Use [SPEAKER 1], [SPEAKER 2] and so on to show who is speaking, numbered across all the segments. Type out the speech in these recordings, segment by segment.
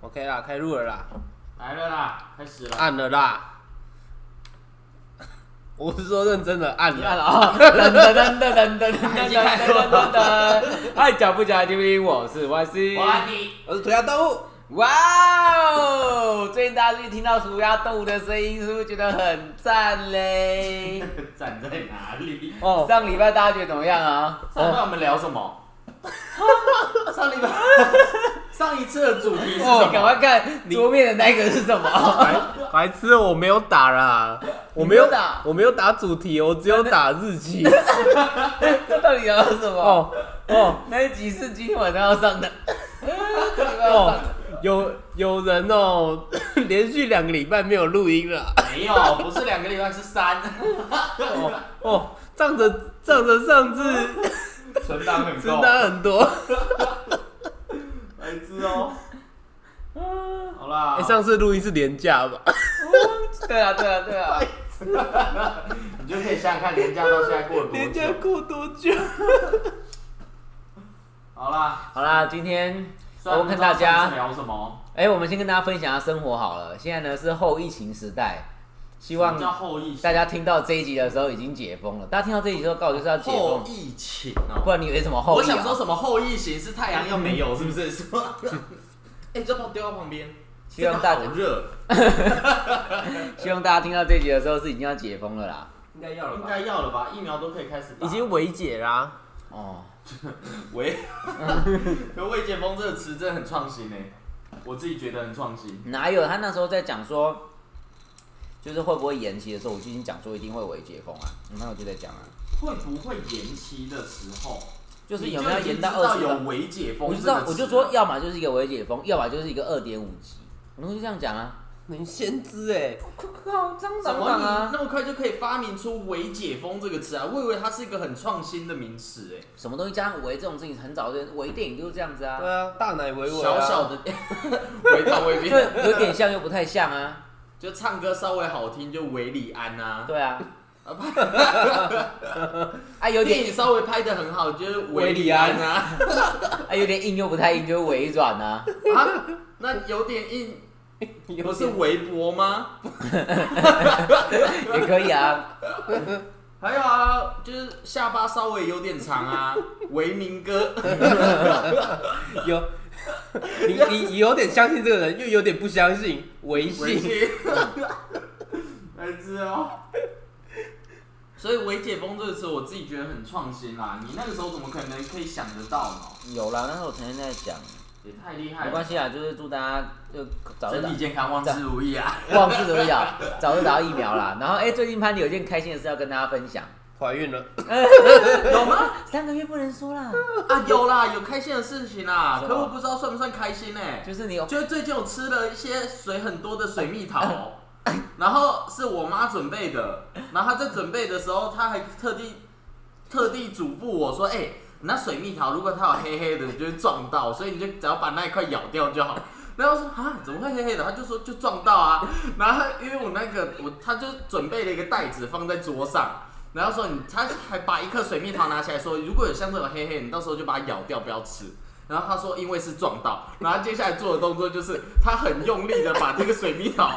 [SPEAKER 1] OK 啦，开录了啦，
[SPEAKER 2] 来了啦，开始了。
[SPEAKER 1] 按了啦。 我是说认真的按
[SPEAKER 2] 你
[SPEAKER 1] 了
[SPEAKER 2] 按，了啊！噔噔噔噔噔噔噔 噔噔噔噔！爱讲不讲，听不听？我是 YC。
[SPEAKER 3] 你。
[SPEAKER 1] 我是涂鸦动物。
[SPEAKER 2] 哇哦！最近大家是听到涂鸦动物的声音，是不是觉得很赞嘞？
[SPEAKER 3] 站在哪里？
[SPEAKER 1] 哦
[SPEAKER 2] 上礼拜大家觉得怎么样啊？
[SPEAKER 3] 上礼拜我们聊什 么？上礼拜 上一次的主题是什
[SPEAKER 2] 哦，
[SPEAKER 3] 么？
[SPEAKER 2] 赶快看桌面的那个是什么？
[SPEAKER 1] 白白痴，我没有打啦，我
[SPEAKER 2] 没有打
[SPEAKER 1] 我没有打主题，我只有打日期。
[SPEAKER 2] 这到底聊了什么？
[SPEAKER 1] 哦哦
[SPEAKER 2] 那一集是今天晚上要上的，这礼拜要上
[SPEAKER 1] 哦
[SPEAKER 2] 的。，
[SPEAKER 1] 有有人哦， 连续两个礼拜没有录音了。
[SPEAKER 3] 没有，不是两个礼拜，是 三。
[SPEAKER 1] 哦哦，仗着仗着上次
[SPEAKER 3] 存档很
[SPEAKER 1] 真的很多。
[SPEAKER 2] 哦
[SPEAKER 3] 白痴哦。好啦
[SPEAKER 1] 哎，，上次录音是廉价吧？
[SPEAKER 2] 对啊，对啊，对啊。
[SPEAKER 3] 你就可以想想看，年假到现在过了多
[SPEAKER 1] 廉价
[SPEAKER 3] 久？
[SPEAKER 1] 过多久？
[SPEAKER 3] 好啦，
[SPEAKER 2] 好啦，今天
[SPEAKER 3] 虽然
[SPEAKER 2] 我
[SPEAKER 3] 不
[SPEAKER 2] 看
[SPEAKER 3] 知道
[SPEAKER 2] 大
[SPEAKER 3] 上
[SPEAKER 2] 家
[SPEAKER 3] 次。聊什么？
[SPEAKER 2] 哎、我们先跟大家分享一下生活好了。现在呢是后疫情时代，希望
[SPEAKER 3] 什么叫后疫情
[SPEAKER 2] 大家听到这一集的时候已经解封了。大家听到这一集之后，告诉就是要解
[SPEAKER 3] 后
[SPEAKER 2] 封，
[SPEAKER 3] 疫情
[SPEAKER 2] 不
[SPEAKER 3] 哦。
[SPEAKER 2] 然你以为什么后疫、啊？
[SPEAKER 3] 我想说什么后疫情是太阳要没有，是不是？什么？ 哎，你这把我丢到旁边。
[SPEAKER 2] 希望大家
[SPEAKER 3] 这边好热。
[SPEAKER 2] 希望大家听到这一集的时候是已经要解封了啦。
[SPEAKER 1] 应该要
[SPEAKER 3] 应该要了吧？疫苗都可以开始打。
[SPEAKER 1] 已经维解啦。
[SPEAKER 2] 哦，
[SPEAKER 3] 喂， 可未解封这个词真的很创新呢、我自己觉得很创新。
[SPEAKER 2] 哪有？他那时候在讲说，就是会不会延期的时候，我就已经讲说一定会为解封啊。那我就在讲啊，
[SPEAKER 3] 会不会延期的时候，
[SPEAKER 2] 就是
[SPEAKER 3] 你
[SPEAKER 2] 有没有
[SPEAKER 3] 已经
[SPEAKER 2] 延到
[SPEAKER 3] 知道
[SPEAKER 2] 二十
[SPEAKER 3] 有微解封
[SPEAKER 2] 我就
[SPEAKER 3] 这
[SPEAKER 2] 知
[SPEAKER 3] 个
[SPEAKER 2] 道
[SPEAKER 3] 词，了？
[SPEAKER 2] 我就说，要么就是一个为解封，要么就是一个二点五级。我那时候就这样讲啊。
[SPEAKER 1] 你先知
[SPEAKER 3] 欸
[SPEAKER 1] 哎，
[SPEAKER 2] 靠，张
[SPEAKER 3] 怎么
[SPEAKER 2] 啊
[SPEAKER 3] 你！那么快就可以发明出“微解封”这个词啊？我以为它是一个很创新的名词哎、
[SPEAKER 2] 什么东西加上围这种事情，很早就围电影就是这样子啊
[SPEAKER 1] 对，啊，大奶维维啊
[SPEAKER 3] 小小的 围到围
[SPEAKER 2] 就
[SPEAKER 3] 边，
[SPEAKER 2] 有点像又不太像啊，
[SPEAKER 3] 就唱歌稍微好听就维里安啊，
[SPEAKER 2] 对 啊，
[SPEAKER 3] 啊
[SPEAKER 2] 啊有
[SPEAKER 3] 电
[SPEAKER 2] 点
[SPEAKER 3] 影稍微拍的很好就是维里安啊，
[SPEAKER 2] 啊有点硬又不太硬，就是微软啊，
[SPEAKER 3] 啊，那有点 硬，不是微博吗？
[SPEAKER 2] 也可以啊，
[SPEAKER 3] 还有啊，就是下巴稍微有点长 啊，维明哥，
[SPEAKER 1] 有， 你你你有点相信这个人，又有点不相信，微
[SPEAKER 3] 维
[SPEAKER 1] 信。
[SPEAKER 3] 信， 白痴哦。所以“维解封”这个词，我自己觉得很创新啦。你那个时候怎么可能可以想得到呢？
[SPEAKER 2] 有啦，那时候我曾经在讲，
[SPEAKER 3] 也太厉害
[SPEAKER 2] 没
[SPEAKER 3] 了
[SPEAKER 2] 关。系啊，就是祝大家就早日
[SPEAKER 3] 身
[SPEAKER 2] 打
[SPEAKER 3] 体，健康，万事如意啊！
[SPEAKER 2] 忘事得已啊，早日打到疫苗啦。然后哎、最近潘迪有一件开心的事要跟大家分享，
[SPEAKER 1] 怀孕了，
[SPEAKER 3] 有吗？
[SPEAKER 2] 三个月不能说啦，
[SPEAKER 3] 啊，有啦，有开心的事情啦。
[SPEAKER 2] 什么
[SPEAKER 3] 可我不知道算不算开心呢、
[SPEAKER 2] 就是你有
[SPEAKER 3] 就是最近我吃了一些水很多的水蜜桃，然后是我妈准备的，然后她在准备的时候，她还特地特地嘱咐我说：“哎、你那水蜜桃如果它有黑黑的，你就会撞到，所以你就只要把那一块咬掉就好。” 然后我说啊，怎么会黑黑的？她就说就撞到啊。 然后她因为我那个我，她就准备了一个袋子放在桌上，然后说你，她还把一颗水蜜桃拿起来说，如果有像这种黑黑，你到时候就把它咬掉，不要吃。然后他说，因为是撞到，然后接下来做的动作就是他很用力的把这个水蜜桃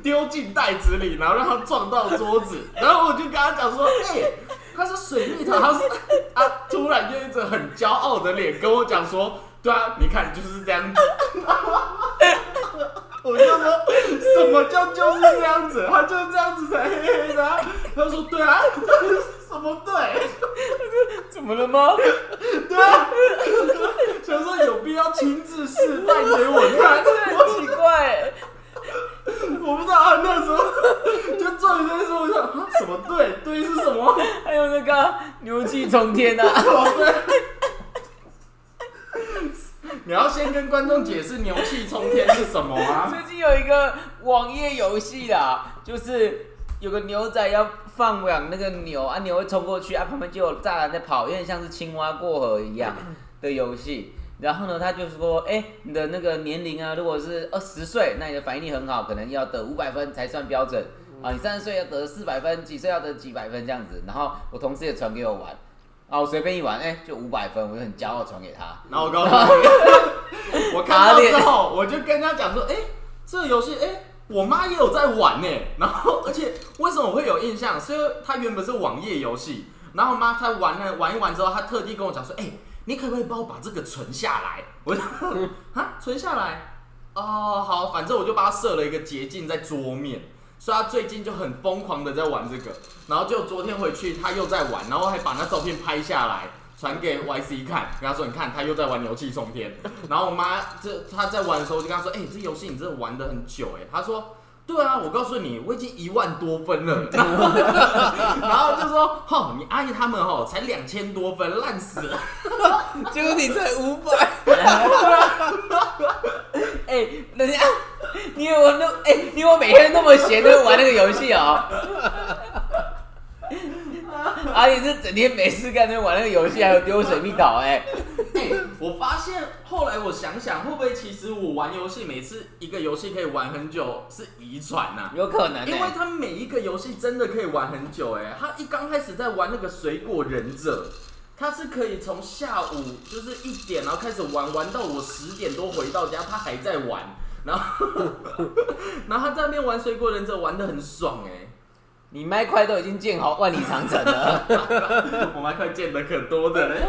[SPEAKER 3] 丢进袋子里，然后让它撞到桌子。然后我就跟他讲说，哎、他是水蜜桃，他是他突然用一种很骄傲的脸跟我讲说，对啊，你看就是这样子。 我就说什么叫就是这样子，他就是这样子才黑黑的啊、他说对啊， 什么对？
[SPEAKER 2] 怎么了 吗？
[SPEAKER 3] 对啊， 想说有必要亲自示范给我看，
[SPEAKER 2] 啊很奇怪，
[SPEAKER 3] 我不知道啊，那时候就做一件事，我想啊什么对对是什么？
[SPEAKER 2] 还有那个啊牛气冲天啊。
[SPEAKER 3] 对，你要先跟观众解释牛气冲天是什么啊？
[SPEAKER 2] 最近有一个网页游戏啦，就是有个牛仔要放养那个牛啊，牛会冲过去啊，旁边就有栅栏在跑，有点像是青蛙过河一样的游戏。然后呢，他就说，哎、你的那个年龄啊，如果是二十岁，那你的反应力很好，可能要得五百分才算标准啊。你三十岁要得四百分，几岁要得几百分这样子。然后我同事也传给我玩，啊，我随便一玩，哎、就五百分，我就很骄傲传给他。
[SPEAKER 3] 然后我告诉你， 我看到之后，我就跟他讲说，哎、这个游戏，哎、我妈也有在玩呢、然后，而且为什么我会有印象？是因为它原本是网页游戏，然后我妈她玩了玩一玩之后，她特地跟我讲说，哎、你可不可以帮我把这个存下来？我就 啊，存下来。哦，好，反正我就把它设了一个捷径在桌面，所以他最近就很疯狂的在玩这个，然后就昨天回去他又在玩，然后还把那照片拍下来传给 YC 看，跟他说你看他又在玩牛气冲天，然后我妈这他在玩的时候我就跟他说，哎、这游戏你真的玩的很久哎、他说。对啊，我告诉你，我已经一万多分了，然后然后就说，吼，你阿姨他们吼才两千多分，烂死了。
[SPEAKER 1] 结果你才五百，
[SPEAKER 2] 哎、人家，你以为我那哎、你以为我每天那么闲都玩那个游戏 啊？啊，你是整天没事干在玩那个游戏，还有丢水蜜桃、哎，
[SPEAKER 3] 欸我发现后来我想想，会不会其实我玩游戏每次一个游戏可以玩很久是遗传啊呐？
[SPEAKER 2] 有可能、哎
[SPEAKER 3] 因为它每一个游戏真的可以玩很久哎、他一刚开始在玩那个水果忍者，他是可以从下午就是一点然后开始玩，玩到我十点多回到家，他还在玩，然后 然后他在那边玩水果忍者玩的很爽哎、
[SPEAKER 2] 你麦块都已经建好万里长城了。
[SPEAKER 3] 我们还快见的可多的嘞。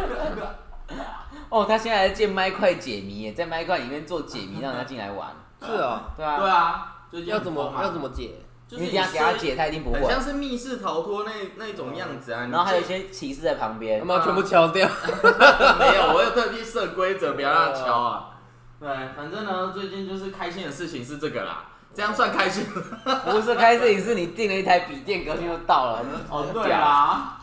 [SPEAKER 2] 哦，他现在还建麦块解谜耶，在麦块里面做解谜，让人家进来玩。
[SPEAKER 1] 是哦，
[SPEAKER 2] 对啊，
[SPEAKER 3] 对啊，最近
[SPEAKER 1] 要怎么
[SPEAKER 3] 很疯嘛
[SPEAKER 1] 要怎么解？
[SPEAKER 3] 就是
[SPEAKER 2] 你等一下给他
[SPEAKER 3] 睡
[SPEAKER 2] 解，他一定不
[SPEAKER 3] 很
[SPEAKER 2] 会
[SPEAKER 3] 像。是密室逃脱那那种样子啊。你
[SPEAKER 2] 然后还有一些骑士在旁边
[SPEAKER 1] 他。妈全部敲掉，
[SPEAKER 3] 没有，我有特地设规则，不要让他敲啊。对，反正呢，最近就是开心的事情是这个啦，这样算开心。
[SPEAKER 2] 不是开摄影师，你订了一台笔电，隔天就到了。
[SPEAKER 3] 哦，对啦，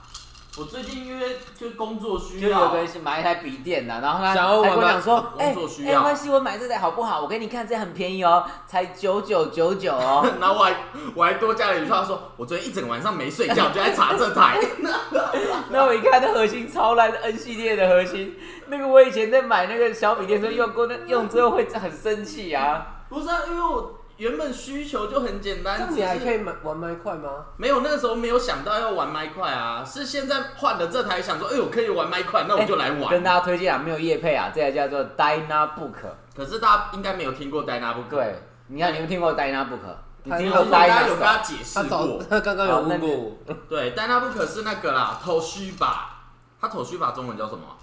[SPEAKER 3] 我最近因为就工作需
[SPEAKER 2] 就有
[SPEAKER 3] 要
[SPEAKER 2] 个，人去买一台笔电呐，然后他
[SPEAKER 1] 想要玩
[SPEAKER 2] 他跟我
[SPEAKER 1] 吗
[SPEAKER 2] 讲说，哎、
[SPEAKER 3] 工作需
[SPEAKER 2] 哎，
[SPEAKER 3] 要
[SPEAKER 2] 关系，我买这台好不好？我给你看，这很便宜哦，才九九九 九哦。
[SPEAKER 3] 然后我还我还多加了一句话说，我昨天一整个晚上没睡 觉，就在查这台。
[SPEAKER 2] 那我一看，那核心超烂的，N 系列的核心，那个我以前在买那个小笔电的时候用过，那用之后会很生气啊。
[SPEAKER 3] 不是啊，因为我原本需求就很简单，
[SPEAKER 1] 你还
[SPEAKER 3] 只
[SPEAKER 1] 可
[SPEAKER 3] 是
[SPEAKER 1] 以买玩麦块吗？
[SPEAKER 3] 没有那个时候没有想到要玩麦块啊，是现在换了这台想说，哎呦可以玩麦块，那我就来 玩。
[SPEAKER 2] 跟大家推荐啊，没有叶配啊，这台叫做 DynaBook。
[SPEAKER 3] 可是大家应该没有听过戴拿不可，
[SPEAKER 2] 对，你看你们听过 DynaBook？你
[SPEAKER 1] 他
[SPEAKER 2] 听
[SPEAKER 3] 我
[SPEAKER 2] 过
[SPEAKER 1] 有
[SPEAKER 3] 们大家
[SPEAKER 2] Dyna
[SPEAKER 3] 有跟他解释
[SPEAKER 1] 他早
[SPEAKER 3] 过，
[SPEAKER 1] 他刚刚有问过我，
[SPEAKER 3] 对，戴拿不可是那个啦，头须吧，他头须吧中文叫什么啊？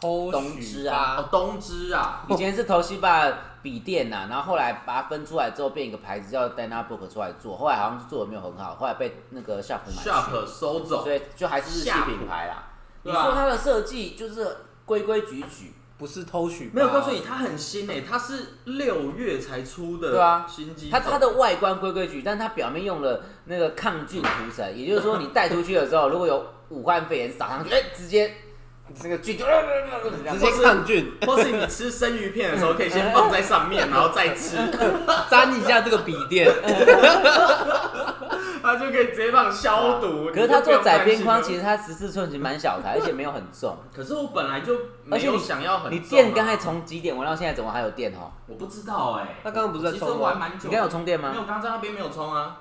[SPEAKER 1] 偷
[SPEAKER 2] 东芝啊
[SPEAKER 3] 哦，东芝啊，
[SPEAKER 2] 以前是头西爸笔电呐、然后后来把它分出来之后变一个牌子叫 Dynabook 出来做，后来好像是做的没有很好，后来被那个 Sharp 买去
[SPEAKER 3] shop 收走
[SPEAKER 2] 所，以就还是日系
[SPEAKER 3] Sharp
[SPEAKER 2] 品牌啦。你
[SPEAKER 3] 对啊
[SPEAKER 2] 说它的设计就是规规矩矩，
[SPEAKER 1] 不是偷取吧，
[SPEAKER 3] 没有告诉你它很新欸诶、它是六月才出的，
[SPEAKER 2] 对啊
[SPEAKER 3] 新机
[SPEAKER 2] 它
[SPEAKER 3] 种，
[SPEAKER 2] 它的外观规规矩，但它表面用了那个抗菌涂层，也就是说你带出去的时候，如果有武汉肺炎撒上去，哎、直接那个菌就 直
[SPEAKER 1] 直接抗菌，
[SPEAKER 3] 或是你吃生鱼片的时候可以先放在上面，然后再 吃，
[SPEAKER 1] 粘一下这个笔电，
[SPEAKER 3] 它就可以直接让消毒。
[SPEAKER 2] 啊可是它
[SPEAKER 3] 你就不用
[SPEAKER 2] 做窄边框，
[SPEAKER 3] 担
[SPEAKER 2] 其
[SPEAKER 3] 心了
[SPEAKER 2] 实它十四寸其实蛮 小台，而且没有很重。
[SPEAKER 3] 可是我本来就没
[SPEAKER 2] 而且
[SPEAKER 3] 有
[SPEAKER 2] 你
[SPEAKER 3] 想要很
[SPEAKER 2] 你
[SPEAKER 3] 重啊
[SPEAKER 2] 电刚才从几点玩到现在，怎么还有电哦？
[SPEAKER 3] 我不知道哎、
[SPEAKER 1] 他刚刚不是在
[SPEAKER 3] 其实
[SPEAKER 1] 充吗
[SPEAKER 3] 玩蛮久的，
[SPEAKER 2] 你刚有充电吗
[SPEAKER 3] 没有，我刚刚在那边没有充啊。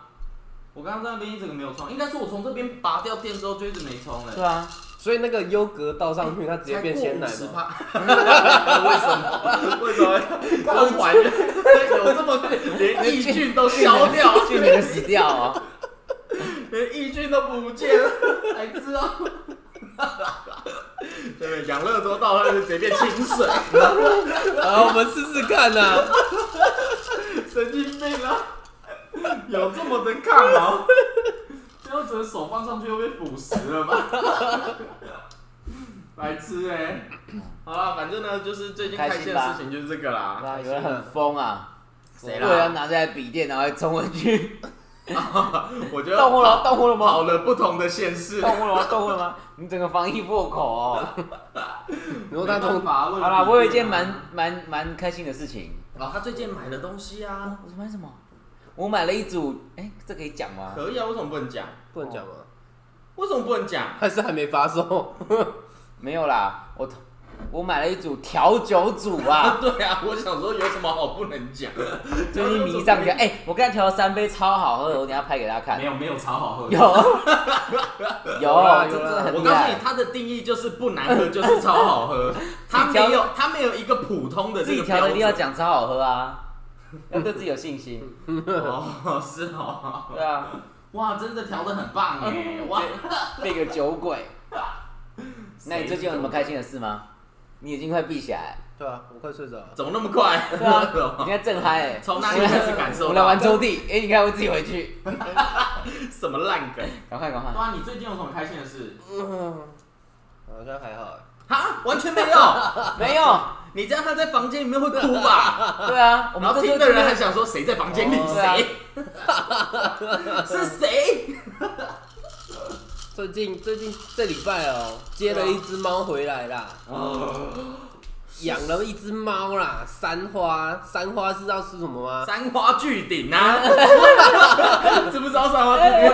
[SPEAKER 3] 我刚刚在那边一整个没有充，应该说我从这边拔掉电之后就一直没充了。
[SPEAKER 2] 对啊，
[SPEAKER 1] 所以那个优格倒上去，它直接变鲜奶
[SPEAKER 3] 十
[SPEAKER 1] 吗？
[SPEAKER 3] 趴， 为什么？为什么光环有这么连抑菌都消掉，
[SPEAKER 2] 去年就死掉哦。
[SPEAKER 3] 连抑菌都不见了，才知道。 对不对？养乐多到它就直接变清水，
[SPEAKER 1] 啊，我们试试看呐、
[SPEAKER 3] 神经病啊！有这么的抗哦？标准手放上去又被腐蚀了吧？白痴哎、好了，反正呢，就是最近开心的事情就是这个啦。
[SPEAKER 2] 啊，有人很疯啊，
[SPEAKER 3] 谁
[SPEAKER 2] 为了
[SPEAKER 3] 啦？
[SPEAKER 2] 拿这台笔电，然后冲回去，
[SPEAKER 3] 我觉得
[SPEAKER 2] 到货了，到货了吗？
[SPEAKER 3] 跑了不同的县市。
[SPEAKER 2] 到货了吗？到货了吗？你整个防疫破口哦。
[SPEAKER 1] 你说他从
[SPEAKER 3] 好
[SPEAKER 2] 好啦，我有一件蛮……蛮蛮开心的事情。
[SPEAKER 3] 哦，他最近买了东西啊，
[SPEAKER 2] 我买什么？我买了一组，哎，这可以讲吗？
[SPEAKER 3] 可以啊，为什么不能讲？
[SPEAKER 1] 不能讲吗？
[SPEAKER 3] 为什么不能讲？
[SPEAKER 1] 还是还没发售？
[SPEAKER 2] 没有啦，我我买了一组调酒组
[SPEAKER 3] 啊，
[SPEAKER 2] 啊。
[SPEAKER 3] 对啊，我想说有什么好不能讲？
[SPEAKER 2] 最近迷上调，哎、我刚才调了三杯超好喝的，我等一下拍给大家看。
[SPEAKER 3] 有没有超好喝
[SPEAKER 2] 有有
[SPEAKER 1] 啦，
[SPEAKER 2] 这
[SPEAKER 1] 有
[SPEAKER 2] 真
[SPEAKER 1] 啦
[SPEAKER 3] 我
[SPEAKER 2] 的 很
[SPEAKER 3] 告
[SPEAKER 2] 厉
[SPEAKER 3] 诉你
[SPEAKER 2] 害，。
[SPEAKER 3] 它的定义就是不难喝，就是超好喝。他
[SPEAKER 2] 自己挑
[SPEAKER 3] 没有他没有一个普通的
[SPEAKER 2] 自
[SPEAKER 3] 这
[SPEAKER 2] 己
[SPEAKER 3] 个
[SPEAKER 2] 调
[SPEAKER 3] 标
[SPEAKER 2] 的一
[SPEAKER 3] 准
[SPEAKER 2] 定要讲超好 喝啊，要对自己有信心。
[SPEAKER 3] 嗯哦，是哦，
[SPEAKER 2] 对啊，
[SPEAKER 3] 哇，真的调的很棒 哎，哇，
[SPEAKER 2] 这个酒鬼。那你最近有什么开心的事吗？你已经快闭起来了，
[SPEAKER 1] 对啊，我快睡着了。
[SPEAKER 3] 怎么那么快？
[SPEAKER 2] 对啊，你现在正嗨哎、
[SPEAKER 3] 从那里开始感受
[SPEAKER 2] 我
[SPEAKER 3] 到
[SPEAKER 2] 们来玩抽屉，哎、你看我自己回去，
[SPEAKER 3] 什么烂梗？
[SPEAKER 2] 赶快赶快
[SPEAKER 3] 对，啊，你最近有什么开心的事？
[SPEAKER 1] 嗯，好像还好哎。
[SPEAKER 3] 哈，完全没有。
[SPEAKER 2] 没有，
[SPEAKER 3] 你这样他在房间里面会哭吧？
[SPEAKER 2] 对啊， 我
[SPEAKER 3] 然
[SPEAKER 2] 们
[SPEAKER 3] 后
[SPEAKER 2] 这
[SPEAKER 3] 听
[SPEAKER 2] 就
[SPEAKER 3] 的人还想说谁在房间里？
[SPEAKER 2] 哦
[SPEAKER 3] 谁？ 是 谁？
[SPEAKER 1] 最近最近这礼拜哦，接了一只猫回来啦，养了一只猫啦，三花。三花知道是什么吗？
[SPEAKER 3] 三花聚顶啊！ 知不知道三花聚顶？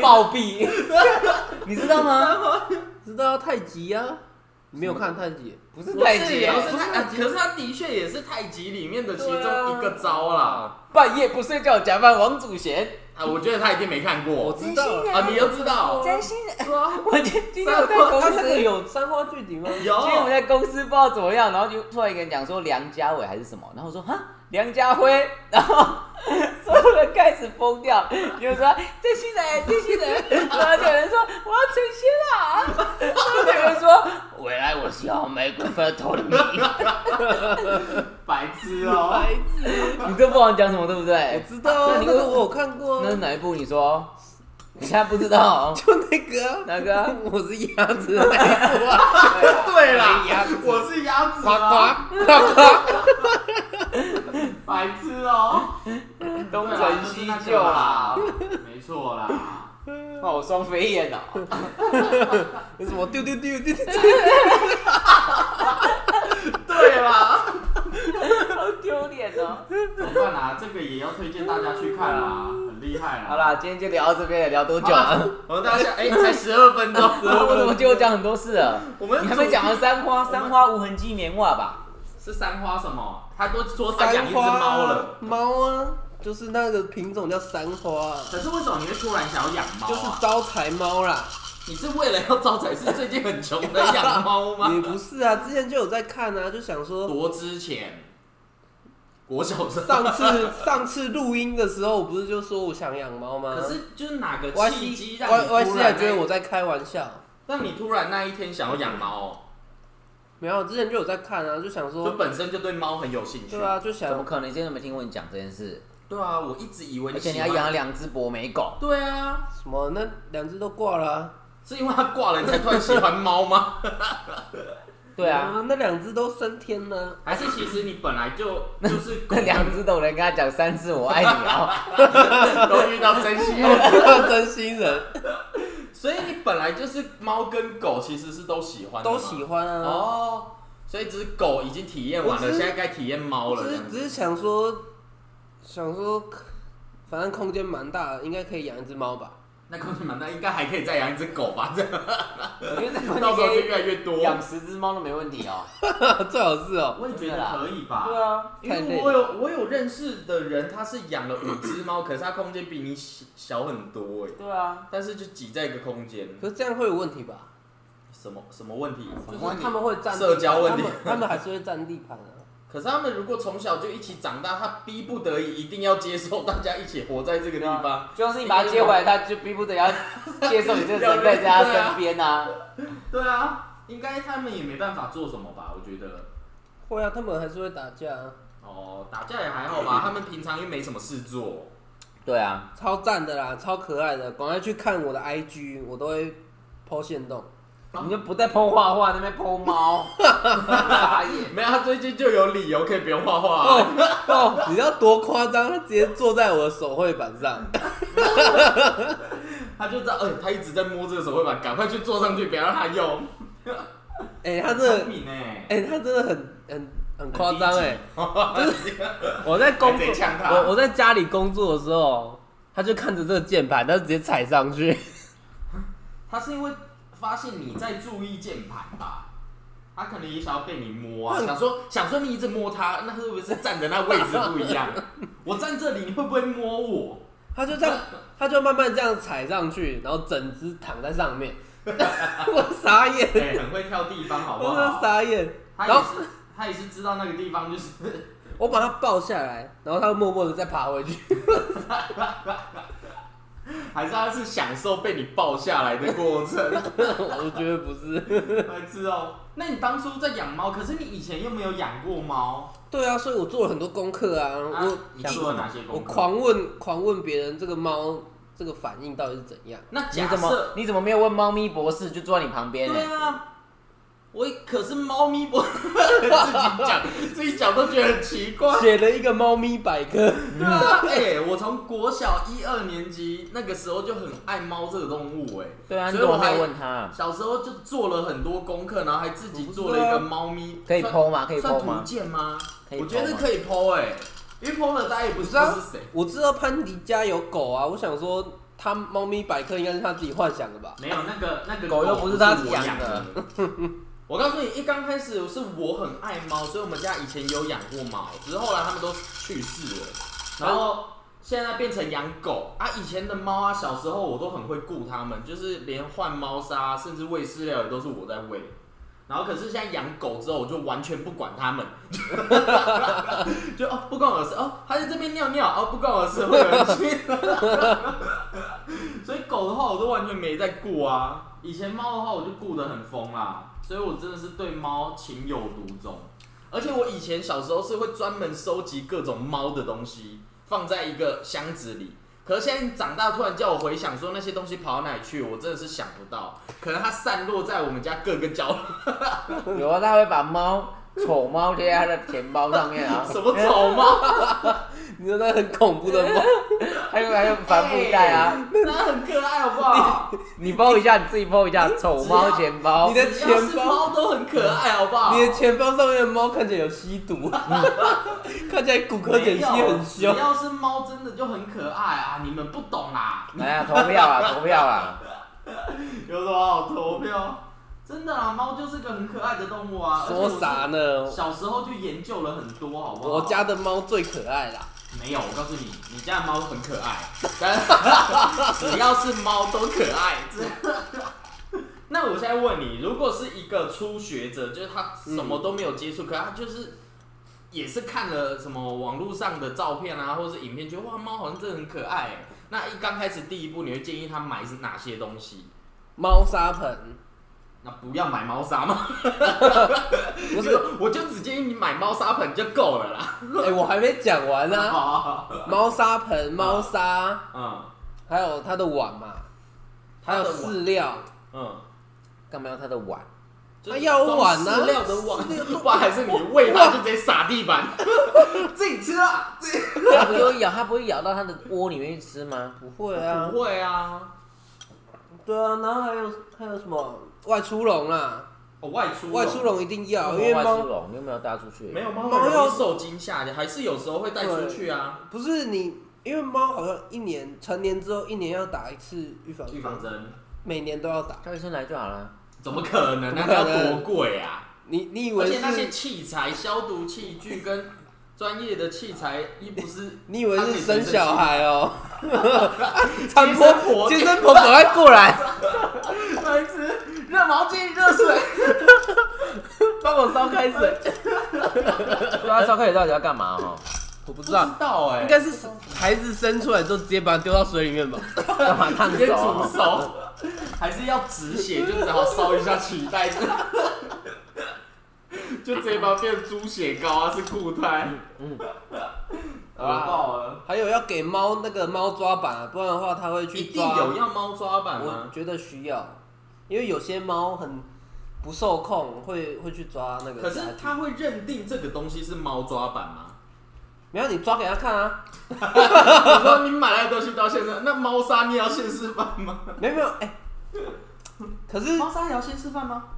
[SPEAKER 2] 暴毙， 你知道吗？
[SPEAKER 1] 知道太极啊？你没有看太极？
[SPEAKER 2] 不是太
[SPEAKER 3] 不是
[SPEAKER 2] 极、
[SPEAKER 3] 也
[SPEAKER 2] 欸，
[SPEAKER 3] 是他，可是他的确也是太极里面的其中一个招啦。
[SPEAKER 2] 半夜不睡觉假扮王祖贤，
[SPEAKER 3] 啊，我觉得他一定没看
[SPEAKER 1] 我
[SPEAKER 3] 过
[SPEAKER 1] 知道了。
[SPEAKER 3] 啊，你又知道。
[SPEAKER 2] 真心的，
[SPEAKER 3] 说
[SPEAKER 2] 我今今天我
[SPEAKER 1] 三
[SPEAKER 2] 在
[SPEAKER 1] 花，
[SPEAKER 2] 公
[SPEAKER 1] 它
[SPEAKER 2] 司
[SPEAKER 1] 那个有三花聚顶吗？
[SPEAKER 3] 有
[SPEAKER 2] 今天我们在公司不知道怎么样，然后就突然一个人讲说梁家伟还是什么，然后我说哈梁家辉， 然后所有人开始疯掉，就说这新人这新人，然后就有人说我要成仙啦，然后有人说未来我是要玫瑰粉头的你，
[SPEAKER 3] 白痴哦，
[SPEAKER 1] 白痴。
[SPEAKER 2] 你都不懂讲什么对不
[SPEAKER 1] 我
[SPEAKER 2] 对？
[SPEAKER 1] 知道啊，
[SPEAKER 2] 那你
[SPEAKER 1] 那个我有看过
[SPEAKER 2] 那是
[SPEAKER 1] 啊，
[SPEAKER 2] 哪一部？你说你现在不知道
[SPEAKER 1] 就那个啊
[SPEAKER 2] 哪个啊？
[SPEAKER 1] 我是鸭子的那一部啊，
[SPEAKER 3] 对啦
[SPEAKER 1] 哎呀，
[SPEAKER 3] 我是鸭子
[SPEAKER 1] 呱
[SPEAKER 3] 啊，
[SPEAKER 1] 呱呱呱，
[SPEAKER 3] 白痴哦，
[SPEAKER 2] 东
[SPEAKER 3] 对啦
[SPEAKER 2] 成
[SPEAKER 3] 就是
[SPEAKER 2] 西
[SPEAKER 3] 那
[SPEAKER 2] 就
[SPEAKER 3] 个
[SPEAKER 2] 啊啦
[SPEAKER 3] 啦，，没错啦，
[SPEAKER 2] 哇我双飞燕哦，
[SPEAKER 1] 有什么丢丢丢丢丢，
[SPEAKER 3] 对啦，
[SPEAKER 2] 好丢脸哦。
[SPEAKER 3] 怎么办啊？这个也要推荐大家去看啦，很厉害啦。
[SPEAKER 2] 好，啦，今天就聊到这边了，聊多久啊
[SPEAKER 3] 好啦
[SPEAKER 2] 了？
[SPEAKER 3] 我们大家 哎，才十二分钟，
[SPEAKER 2] 我怎么觉得我讲很多事了？
[SPEAKER 3] 我们
[SPEAKER 2] 你还没讲完三花，三花无痕鸡棉袜吧？
[SPEAKER 3] 是三花什么？他都说他养
[SPEAKER 1] 三
[SPEAKER 3] 一只
[SPEAKER 1] 花
[SPEAKER 3] 猫
[SPEAKER 1] 啊
[SPEAKER 3] 了，，
[SPEAKER 1] 猫啊，就是那个品种叫三花啊，
[SPEAKER 3] 可是为什么你会突然想要养猫啊？
[SPEAKER 1] 就是招财猫啦。
[SPEAKER 3] 你是为了要招财，是最近很穷的养猫
[SPEAKER 1] 也
[SPEAKER 3] 吗？
[SPEAKER 1] 不是啊，之前就有在看啊，就想说
[SPEAKER 3] 多之前，国小生
[SPEAKER 1] 上次上次录音的时候，我不是就说我想养猫吗？
[SPEAKER 3] 可是就是哪个
[SPEAKER 1] Y
[SPEAKER 3] 契机
[SPEAKER 1] C
[SPEAKER 3] 让
[SPEAKER 1] Y
[SPEAKER 3] 你
[SPEAKER 1] Y
[SPEAKER 3] 突
[SPEAKER 1] C
[SPEAKER 3] 然
[SPEAKER 1] 还
[SPEAKER 3] 那
[SPEAKER 1] 觉得我在开玩笑，
[SPEAKER 3] 让你突然那一天想要养猫，
[SPEAKER 1] 没有，之前就有在看啊，就想
[SPEAKER 3] 就
[SPEAKER 1] 说，
[SPEAKER 3] 本身就对猫很有兴趣。
[SPEAKER 1] 对啊，就
[SPEAKER 2] 怎么
[SPEAKER 1] 想
[SPEAKER 2] 可能？今天都没听过你讲这件事，
[SPEAKER 3] 对啊，我一直以为
[SPEAKER 2] 而
[SPEAKER 3] 你
[SPEAKER 2] 且你
[SPEAKER 3] 喜
[SPEAKER 2] 还
[SPEAKER 3] 欢
[SPEAKER 2] 养了。两只博美狗，
[SPEAKER 3] 对啊，
[SPEAKER 1] 什么那两只都挂了啊。
[SPEAKER 3] 是因为它挂了你才突然喜欢猫 吗？
[SPEAKER 2] 对啊，，
[SPEAKER 1] 那两只都升天 了。啊
[SPEAKER 3] 还是其实你本来就就是狗
[SPEAKER 2] 那两只都有人跟他讲三次我爱你哦，
[SPEAKER 3] 都遇到真 心，
[SPEAKER 1] 哦真心人
[SPEAKER 3] 所以你本来就是猫跟狗其实是都喜欢的
[SPEAKER 1] 都
[SPEAKER 3] 嘛
[SPEAKER 1] 喜欢啊。
[SPEAKER 3] 哦。所以只是狗已经体验完
[SPEAKER 1] 我
[SPEAKER 3] 了，
[SPEAKER 1] 只
[SPEAKER 3] 现在
[SPEAKER 1] 是
[SPEAKER 3] 该体验猫
[SPEAKER 1] 我
[SPEAKER 3] 了。
[SPEAKER 1] 只
[SPEAKER 3] 这
[SPEAKER 1] 是
[SPEAKER 3] 样
[SPEAKER 1] 只是
[SPEAKER 3] 子
[SPEAKER 1] 想说，想说，反正空间蛮大的，应该可以养一只猫吧。
[SPEAKER 3] 那空气蛮大，应该还可以再养一只狗吧？这样
[SPEAKER 2] 我觉得这个
[SPEAKER 3] 到时候就
[SPEAKER 2] 问题
[SPEAKER 3] 越来越多。
[SPEAKER 2] 养十只猫都没问题哦。
[SPEAKER 1] 最好是哦、
[SPEAKER 3] 我也觉
[SPEAKER 2] 真的
[SPEAKER 3] 得
[SPEAKER 2] 啦
[SPEAKER 3] 可以吧？
[SPEAKER 2] 对啊，
[SPEAKER 3] 因为我有我有认识的人，他是养了五只猫，可是他空间比你小小很多哎，
[SPEAKER 2] 对啊，
[SPEAKER 3] 但是就挤在一个空间，
[SPEAKER 1] 可是这样会有问题吧？
[SPEAKER 3] 什么什么问题？
[SPEAKER 1] 就
[SPEAKER 2] 么
[SPEAKER 1] 是他们会占地
[SPEAKER 3] 社交问题
[SPEAKER 1] 他们他们还是会占地盘啊。
[SPEAKER 3] 可是他们如果从小就一起长大，他逼不得已一定要接受大家一起活在这个地
[SPEAKER 1] 啊
[SPEAKER 3] 方。
[SPEAKER 2] 就像是你把它接回来，它就逼不得要接受你这个人在它身边啊。
[SPEAKER 3] 对啊，应该他们也没办法做什么吧？我觉得。
[SPEAKER 1] 会啊，他们还是会打架、啊，
[SPEAKER 3] 哦，打架也还好
[SPEAKER 1] 嗯
[SPEAKER 3] 吧，他们平常又没什么事做。
[SPEAKER 2] 对啊，
[SPEAKER 1] 超赞的啦，超可爱的。赶快去看我的 IG，我都会抛线动。
[SPEAKER 2] 你就不再剖画画，那边剖猫， 傻眼。
[SPEAKER 3] 没有，他最近就有理由可以不用画画、
[SPEAKER 1] 哦哦，你知道多夸张？他直接坐在我的手绘板 上。
[SPEAKER 3] 他就知道，哎、他一直在摸这个手绘板，赶快去坐上去，不要让他用。
[SPEAKER 1] 哎、他真的
[SPEAKER 3] 聪明哎，
[SPEAKER 1] 哎、他真的很很很夸张哎！
[SPEAKER 3] 很低级，
[SPEAKER 1] 我在工
[SPEAKER 3] 还
[SPEAKER 1] 作
[SPEAKER 3] 贼呛，他
[SPEAKER 1] 我我在家里工作的时候，他就看着这个键盘，他就直接踩上去。
[SPEAKER 3] 他是因为发现你在注意键盘吧？他可能也想要被你摸啊，
[SPEAKER 1] 嗯
[SPEAKER 3] 想说想说你一直摸他，那是不是站的那位置不一样？我站这里，你会不会摸我？
[SPEAKER 1] 他就这样，他就慢慢这样踩上去，然后整只躺在上面， 我傻眼，
[SPEAKER 3] 哎、很会挑地方，好不
[SPEAKER 1] 我真的
[SPEAKER 3] 好？
[SPEAKER 1] 傻眼。
[SPEAKER 3] 他
[SPEAKER 1] 然
[SPEAKER 3] 也
[SPEAKER 1] 后
[SPEAKER 3] 是，他也是知道那个地方就是
[SPEAKER 1] 我把它抱下来，然后它默默的再爬回去。
[SPEAKER 3] 还是他是享受被你抱下来的过程，
[SPEAKER 1] 我觉得不是。
[SPEAKER 3] 来知道。那你当初在养猫，可是你以前又没有养过猫，
[SPEAKER 1] 对啊，所以我做了很多功课啊，
[SPEAKER 3] 啊
[SPEAKER 1] 我
[SPEAKER 3] 你做了哪些
[SPEAKER 1] 我
[SPEAKER 3] 功课？
[SPEAKER 1] 狂问狂问别人这个猫这个反应到底是怎样。
[SPEAKER 3] 那
[SPEAKER 2] 你
[SPEAKER 3] 假
[SPEAKER 2] 怎么
[SPEAKER 3] 设
[SPEAKER 2] 你怎么没有问猫咪博士就坐在你旁边
[SPEAKER 3] 对
[SPEAKER 2] 呢？
[SPEAKER 3] 啊，我可是猫咪博自己讲自己讲都觉得很奇怪。
[SPEAKER 1] 写了一个猫咪 百科，
[SPEAKER 3] 对啊，哎、我从国小一二年级那个时候就很爱猫这个动物、哎，
[SPEAKER 2] 对啊，你
[SPEAKER 3] 所以
[SPEAKER 2] 怎么
[SPEAKER 3] 我
[SPEAKER 2] 没
[SPEAKER 3] 还
[SPEAKER 2] 有问 他？
[SPEAKER 3] 小时候就做了很多功课，然后还自己做了一个猫咪，
[SPEAKER 2] 可以
[SPEAKER 3] 算
[SPEAKER 2] 剖吗可以
[SPEAKER 3] 算
[SPEAKER 2] 剖吗
[SPEAKER 3] 图鉴吗？
[SPEAKER 2] 可以
[SPEAKER 3] 我
[SPEAKER 2] 剖
[SPEAKER 3] 觉得
[SPEAKER 2] 吗
[SPEAKER 3] 可以剖哎、因为剖了大家也不
[SPEAKER 1] 我
[SPEAKER 3] 知
[SPEAKER 1] 知道
[SPEAKER 3] 道是谁。
[SPEAKER 1] 我知道潘迪家有狗啊，我想说他猫咪百科应该是他自己幻想的吧？
[SPEAKER 3] 没有那个那个
[SPEAKER 2] 狗又不
[SPEAKER 3] 不
[SPEAKER 2] 是他
[SPEAKER 3] 他
[SPEAKER 2] 养的。
[SPEAKER 3] 我告诉你，一刚开始是我很爱猫，所以我们家以前有养过猫，只是后来他们都去世了，然后现在变成养狗啊。以前的猫啊，小时候我都很会顾它们，就是连换猫砂，甚至喂饲料也都是我在喂。然后可是现在养狗之后，我就完全不管它们，就哦不关我的事哦，它在这边尿尿哦不关我的事，会有人去。所以狗的话，我都完全没在顾啊。以前猫的话，我就顾得很疯啦，所以我真的是对猫情有独钟。而且我以前小时候是会专门收集各种猫的东西，放在一个箱子里。可是现在长大，突然叫我回想说那些东西跑到哪里去，我真的是想不到。可能它散落在我们家各个 角落，
[SPEAKER 2] 有啊，他会把猫丑猫贴在他的钱包上面 啊，
[SPEAKER 3] 什么丑猫，
[SPEAKER 1] 你说那很恐怖的猫，
[SPEAKER 2] 还有还有帆布袋啊，
[SPEAKER 3] 那很可爱，好不好？
[SPEAKER 2] 你包一下，你自己包一下，丑猫钱包
[SPEAKER 1] 你。的
[SPEAKER 3] 只要
[SPEAKER 1] 钱
[SPEAKER 3] 是
[SPEAKER 1] 包，
[SPEAKER 3] 猫都很可爱，好不好？
[SPEAKER 1] 你的钱包上面的猫看起来有吸 毒，看起来骨科检
[SPEAKER 3] 没
[SPEAKER 1] 吸
[SPEAKER 3] 有，
[SPEAKER 1] 很
[SPEAKER 3] 只
[SPEAKER 1] 凶。
[SPEAKER 3] 要是猫，真的就很可爱啊！你们不懂啦，
[SPEAKER 2] 哎呀，投票啊，投票啊！
[SPEAKER 3] 有什么好投票？真的啊，猫就是个很可爱的动物啊。而且我
[SPEAKER 1] 说
[SPEAKER 3] 是
[SPEAKER 1] 啥呢？
[SPEAKER 3] 小时候就研究了很多，好不好？
[SPEAKER 1] 我家的猫最可爱啦，
[SPEAKER 3] 没有，我告诉你，你家的猫很可 爱，但只要是猫都可爱。 真的那我现在问你，如果是一个初学者，就是他什么都没有接触，可他就是也是看了什么网络上的照片啊，或者是影片，觉得哇，猫好像真的很可爱。那一刚开始第一步，你会建议他买是哪些东西？
[SPEAKER 1] 猫砂盆，
[SPEAKER 3] 那不要买猫砂吗？
[SPEAKER 1] 不是
[SPEAKER 3] 就， 我就只建议你买猫砂盆就够了 啦。
[SPEAKER 1] 哎，我还没讲完
[SPEAKER 3] 好
[SPEAKER 1] 呢。
[SPEAKER 3] 好好，
[SPEAKER 1] 猫砂盆、猫砂，
[SPEAKER 3] 嗯
[SPEAKER 1] 还有它的碗嘛，还有饲料，
[SPEAKER 3] 嗯，
[SPEAKER 2] 干嘛要他的碗？
[SPEAKER 1] 它要碗啊
[SPEAKER 3] 呢？饲
[SPEAKER 1] 呢。
[SPEAKER 3] 料的 碗，碗还是你喂它就直接撒地板， 自己吃啊，自己
[SPEAKER 2] 他不会咬，他不会咬到他的窝里面去吃吗？
[SPEAKER 1] 不会啊，
[SPEAKER 3] 不会啊。
[SPEAKER 1] 对啊，然后还有还有什么外出笼啦，
[SPEAKER 3] 哦，外出
[SPEAKER 1] 外出笼一定要，因为
[SPEAKER 2] 外出
[SPEAKER 1] 猫
[SPEAKER 2] 笼，你有没有带出去？
[SPEAKER 3] 没有猫
[SPEAKER 1] 猫
[SPEAKER 3] 很容
[SPEAKER 1] 要
[SPEAKER 3] 易受惊吓的，还是有时候会带出去啊。
[SPEAKER 1] 不是你，因为猫好像一年成年之后一年要打一次预防
[SPEAKER 3] 预防，针
[SPEAKER 1] 每年都要打。
[SPEAKER 2] 叫医生来就好了。
[SPEAKER 3] 怎么可能？
[SPEAKER 1] 怎么
[SPEAKER 3] 那
[SPEAKER 1] 可能
[SPEAKER 3] 要多贵啊！
[SPEAKER 1] 你你以
[SPEAKER 3] 而
[SPEAKER 1] 为
[SPEAKER 3] 且那些
[SPEAKER 1] 是
[SPEAKER 3] 器材、消毒器具跟专业的器材，一不是
[SPEAKER 1] 你以为
[SPEAKER 3] 他
[SPEAKER 1] 是
[SPEAKER 3] 们
[SPEAKER 1] 生小孩哦？
[SPEAKER 3] 接
[SPEAKER 1] 产
[SPEAKER 3] 生
[SPEAKER 1] 婆
[SPEAKER 3] 婆
[SPEAKER 1] 接生婆赶快过来，
[SPEAKER 3] 来一次热毛巾、热水。
[SPEAKER 1] 帮我烧开水。
[SPEAKER 2] 对啊，烧开水到底要干嘛哦？
[SPEAKER 1] 我不知
[SPEAKER 3] 不知
[SPEAKER 1] 道，
[SPEAKER 3] 道哎、
[SPEAKER 1] 应该是孩子生出来之后直接把它丢到水里面吧。
[SPEAKER 2] 干嘛烫
[SPEAKER 3] 直接
[SPEAKER 2] 手
[SPEAKER 3] 煮
[SPEAKER 2] 哦？
[SPEAKER 3] 熟， 还是要止血，就只好烧一下脐带， 就直接把它变成猪血糕啊，是固态。
[SPEAKER 2] 嗯
[SPEAKER 3] 啊，爆了！
[SPEAKER 1] 还有要给猫那个猫抓板啊，不然的话它会去
[SPEAKER 3] 一
[SPEAKER 1] 抓。
[SPEAKER 3] 定有要猫抓板
[SPEAKER 1] 我
[SPEAKER 3] 吗？
[SPEAKER 1] 觉得需要，因为有些猫很不受控，会会去抓那个。
[SPEAKER 3] 可是它会认定这个东西是猫抓板吗？
[SPEAKER 1] 没有你抓给它看啊，
[SPEAKER 3] 你说你买来的东西到现在，那猫砂你也要现示范吗？
[SPEAKER 1] 没有没有哎、可是
[SPEAKER 3] 猫砂也要现示范吗？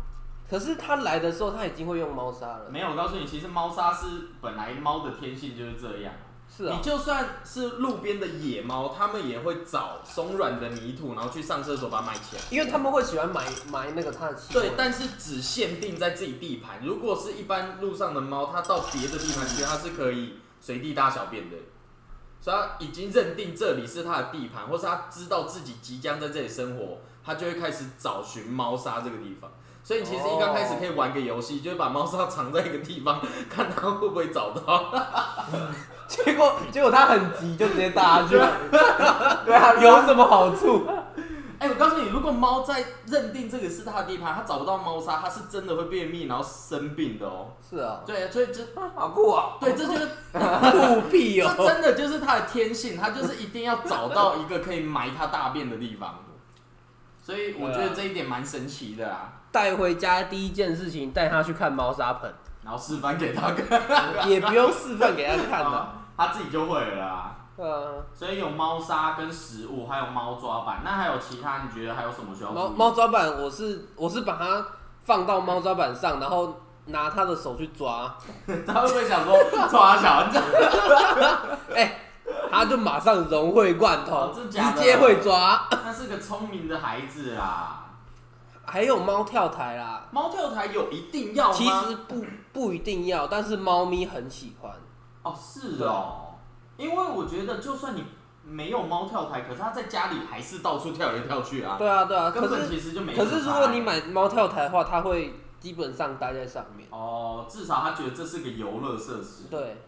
[SPEAKER 1] 可是它来的时候它已经会用猫砂了，
[SPEAKER 3] 没有，我告诉你，其实猫砂是本来猫的天性就是这样。
[SPEAKER 1] 是啊
[SPEAKER 3] 你、就算是路边的野猫，它们也会找松软的泥土，然后去上厕所把它埋起来。
[SPEAKER 1] 因为他们会喜欢埋埋那个它的气味。
[SPEAKER 3] 对，但是只限定在自己地盘。如果是一般路上的猫，它到别的地盘去，它是可以随地大小便的，所以它已经认定这里是它的地盘，或是它知道自己即将在这里生活，他就会开始找寻猫砂这个地方。所以其实一刚开始可以玩个游戏，就是把猫砂藏在一个地方， 看它会不会找到。
[SPEAKER 2] 结果结果他很急，就直接打下去。对啊，有什么好处？
[SPEAKER 3] 哎、我告诉你，如果猫在认定这个是它的地盘，它找不到猫砂，它是真的会便秘，然后生病的哦。
[SPEAKER 1] 是啊，
[SPEAKER 3] 对，所以这
[SPEAKER 2] 好酷啊！
[SPEAKER 3] 对，这就是
[SPEAKER 1] 酷
[SPEAKER 3] 这
[SPEAKER 1] 毙哦！
[SPEAKER 3] 真的就是它的天性，它就是一定要找到一个可以埋它大便的地方。所以我觉
[SPEAKER 1] 对啊
[SPEAKER 3] 得这一点蛮神奇的啊，
[SPEAKER 1] 带回家第一件事情，带他去看猫砂 盆，
[SPEAKER 3] 然后示范给他看，啊
[SPEAKER 1] 也不用示范给他 看啊的。
[SPEAKER 3] 他自己就会了啊。
[SPEAKER 1] 嗯，
[SPEAKER 3] 所以有猫砂跟食物，还有猫抓板。那还有其他？你觉得还有什么需要注意
[SPEAKER 1] 呃猫猫抓板，我是我是把它放到猫抓板上，然后拿他的手去抓，
[SPEAKER 3] 他会不会想说抓小？
[SPEAKER 1] 哎、他就马上融会贯通
[SPEAKER 3] 哦，真假的
[SPEAKER 1] 直接会抓。
[SPEAKER 3] 那是个聪明的孩子啊啦。
[SPEAKER 1] 还有猫跳台啦，
[SPEAKER 3] 猫跳台有一定要吗？
[SPEAKER 1] 其实不不一定要，但是猫咪很喜欢。
[SPEAKER 3] 哦，是哦，因为我觉得就算你没有猫跳台，可是他在家里还是到处跳来跳去啊。
[SPEAKER 1] 对啊对啊，可
[SPEAKER 3] 根本
[SPEAKER 1] 是
[SPEAKER 3] 其实就没什
[SPEAKER 1] 可
[SPEAKER 3] 么差欸。
[SPEAKER 1] 是如果你买猫跳台的话，它会基本上待在上面。
[SPEAKER 3] 哦，至少他觉得这是个游乐设施。
[SPEAKER 1] 对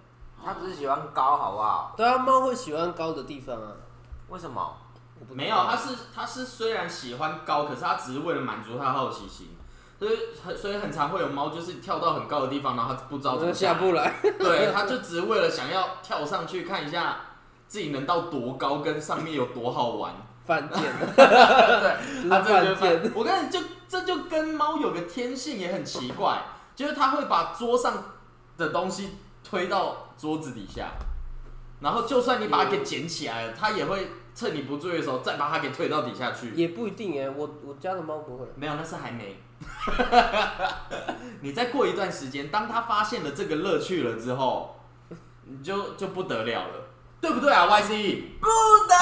[SPEAKER 2] 他只是喜欢高，好不好？
[SPEAKER 1] 对啊，猫会喜欢高的地方啊。
[SPEAKER 2] 为什么？
[SPEAKER 1] 我不知道
[SPEAKER 3] 没有，啊他是他是虽然喜欢高，可是他只是为了满足他的好奇心，所以很所以很常会有猫就是跳到很高的地方，然后他不知道怎
[SPEAKER 1] 我
[SPEAKER 3] 么
[SPEAKER 1] 下
[SPEAKER 3] 来
[SPEAKER 1] 不来。
[SPEAKER 3] 对，他就只是为了想要跳上去看一下自己能到多高，跟上面有多好玩。
[SPEAKER 1] 犯贱了，
[SPEAKER 3] 对，他这个就
[SPEAKER 1] 犯
[SPEAKER 3] 是我跟你就这就跟猫有个天性也很奇怪，就是它会把桌上的东西推到桌子底下，然后就算你把它给捡起来了，它也会趁你不注意的时候再把它给推到底下去。
[SPEAKER 1] 也不一定哎、我我家的猫不会。
[SPEAKER 3] 没有，那是还没。 你再过一段时间，当他发现了这个乐趣了之后，你就就不得了了，对不对啊？YC，
[SPEAKER 2] 不得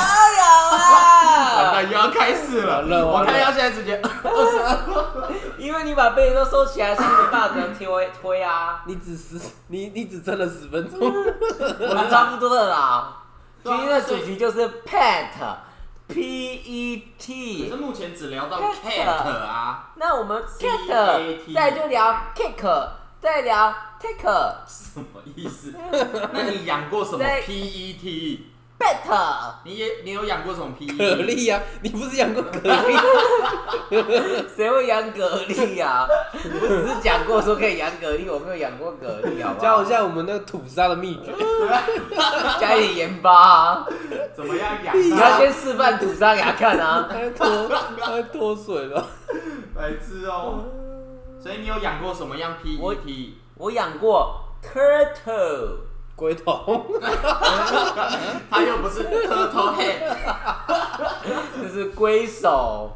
[SPEAKER 2] 了
[SPEAKER 3] 完
[SPEAKER 2] 啊！
[SPEAKER 3] 蛋又要开始了，
[SPEAKER 1] 完了完了
[SPEAKER 3] 我看要现在直接二十二。
[SPEAKER 2] 因为你把被子都收起来，是没办法能推推啊。
[SPEAKER 1] 你只十，你你只撑了十分钟，
[SPEAKER 2] 我们差不多了啦。
[SPEAKER 3] 对
[SPEAKER 2] 今
[SPEAKER 3] 啊
[SPEAKER 2] 天的主题就是 pet，p e
[SPEAKER 3] 可
[SPEAKER 2] t
[SPEAKER 3] 是。目前只聊 到 cat 啊，
[SPEAKER 2] 那我们 E
[SPEAKER 3] CAT
[SPEAKER 2] cat，再就聊 kick，再聊 take
[SPEAKER 3] 什么意思？那你养过什么
[SPEAKER 2] 在
[SPEAKER 3] PET？
[SPEAKER 2] bet，
[SPEAKER 3] 你也你有养过什么 E
[SPEAKER 1] 蛤
[SPEAKER 3] PET？
[SPEAKER 1] 蜊啊！你不是养过蛤蜊？
[SPEAKER 2] 谁会养蛤蜊呀、啊？我只是讲过说可以养蛤蜊，我没有养过蛤蜊，好不好？
[SPEAKER 1] 教我一下我们那个土沙的秘诀。
[SPEAKER 2] 加一点盐巴、啊，
[SPEAKER 3] 怎么样养啊
[SPEAKER 2] 你要
[SPEAKER 3] 它？
[SPEAKER 2] 先示范吐沙给他看啊。
[SPEAKER 1] 它会脱，它会脱水吧？
[SPEAKER 3] 白痴哦。所以你有养过什么样 E PET？
[SPEAKER 2] 我养过 turtle，
[SPEAKER 1] 龟头，
[SPEAKER 3] 他又不是 turtle head。
[SPEAKER 2] 就是龟手。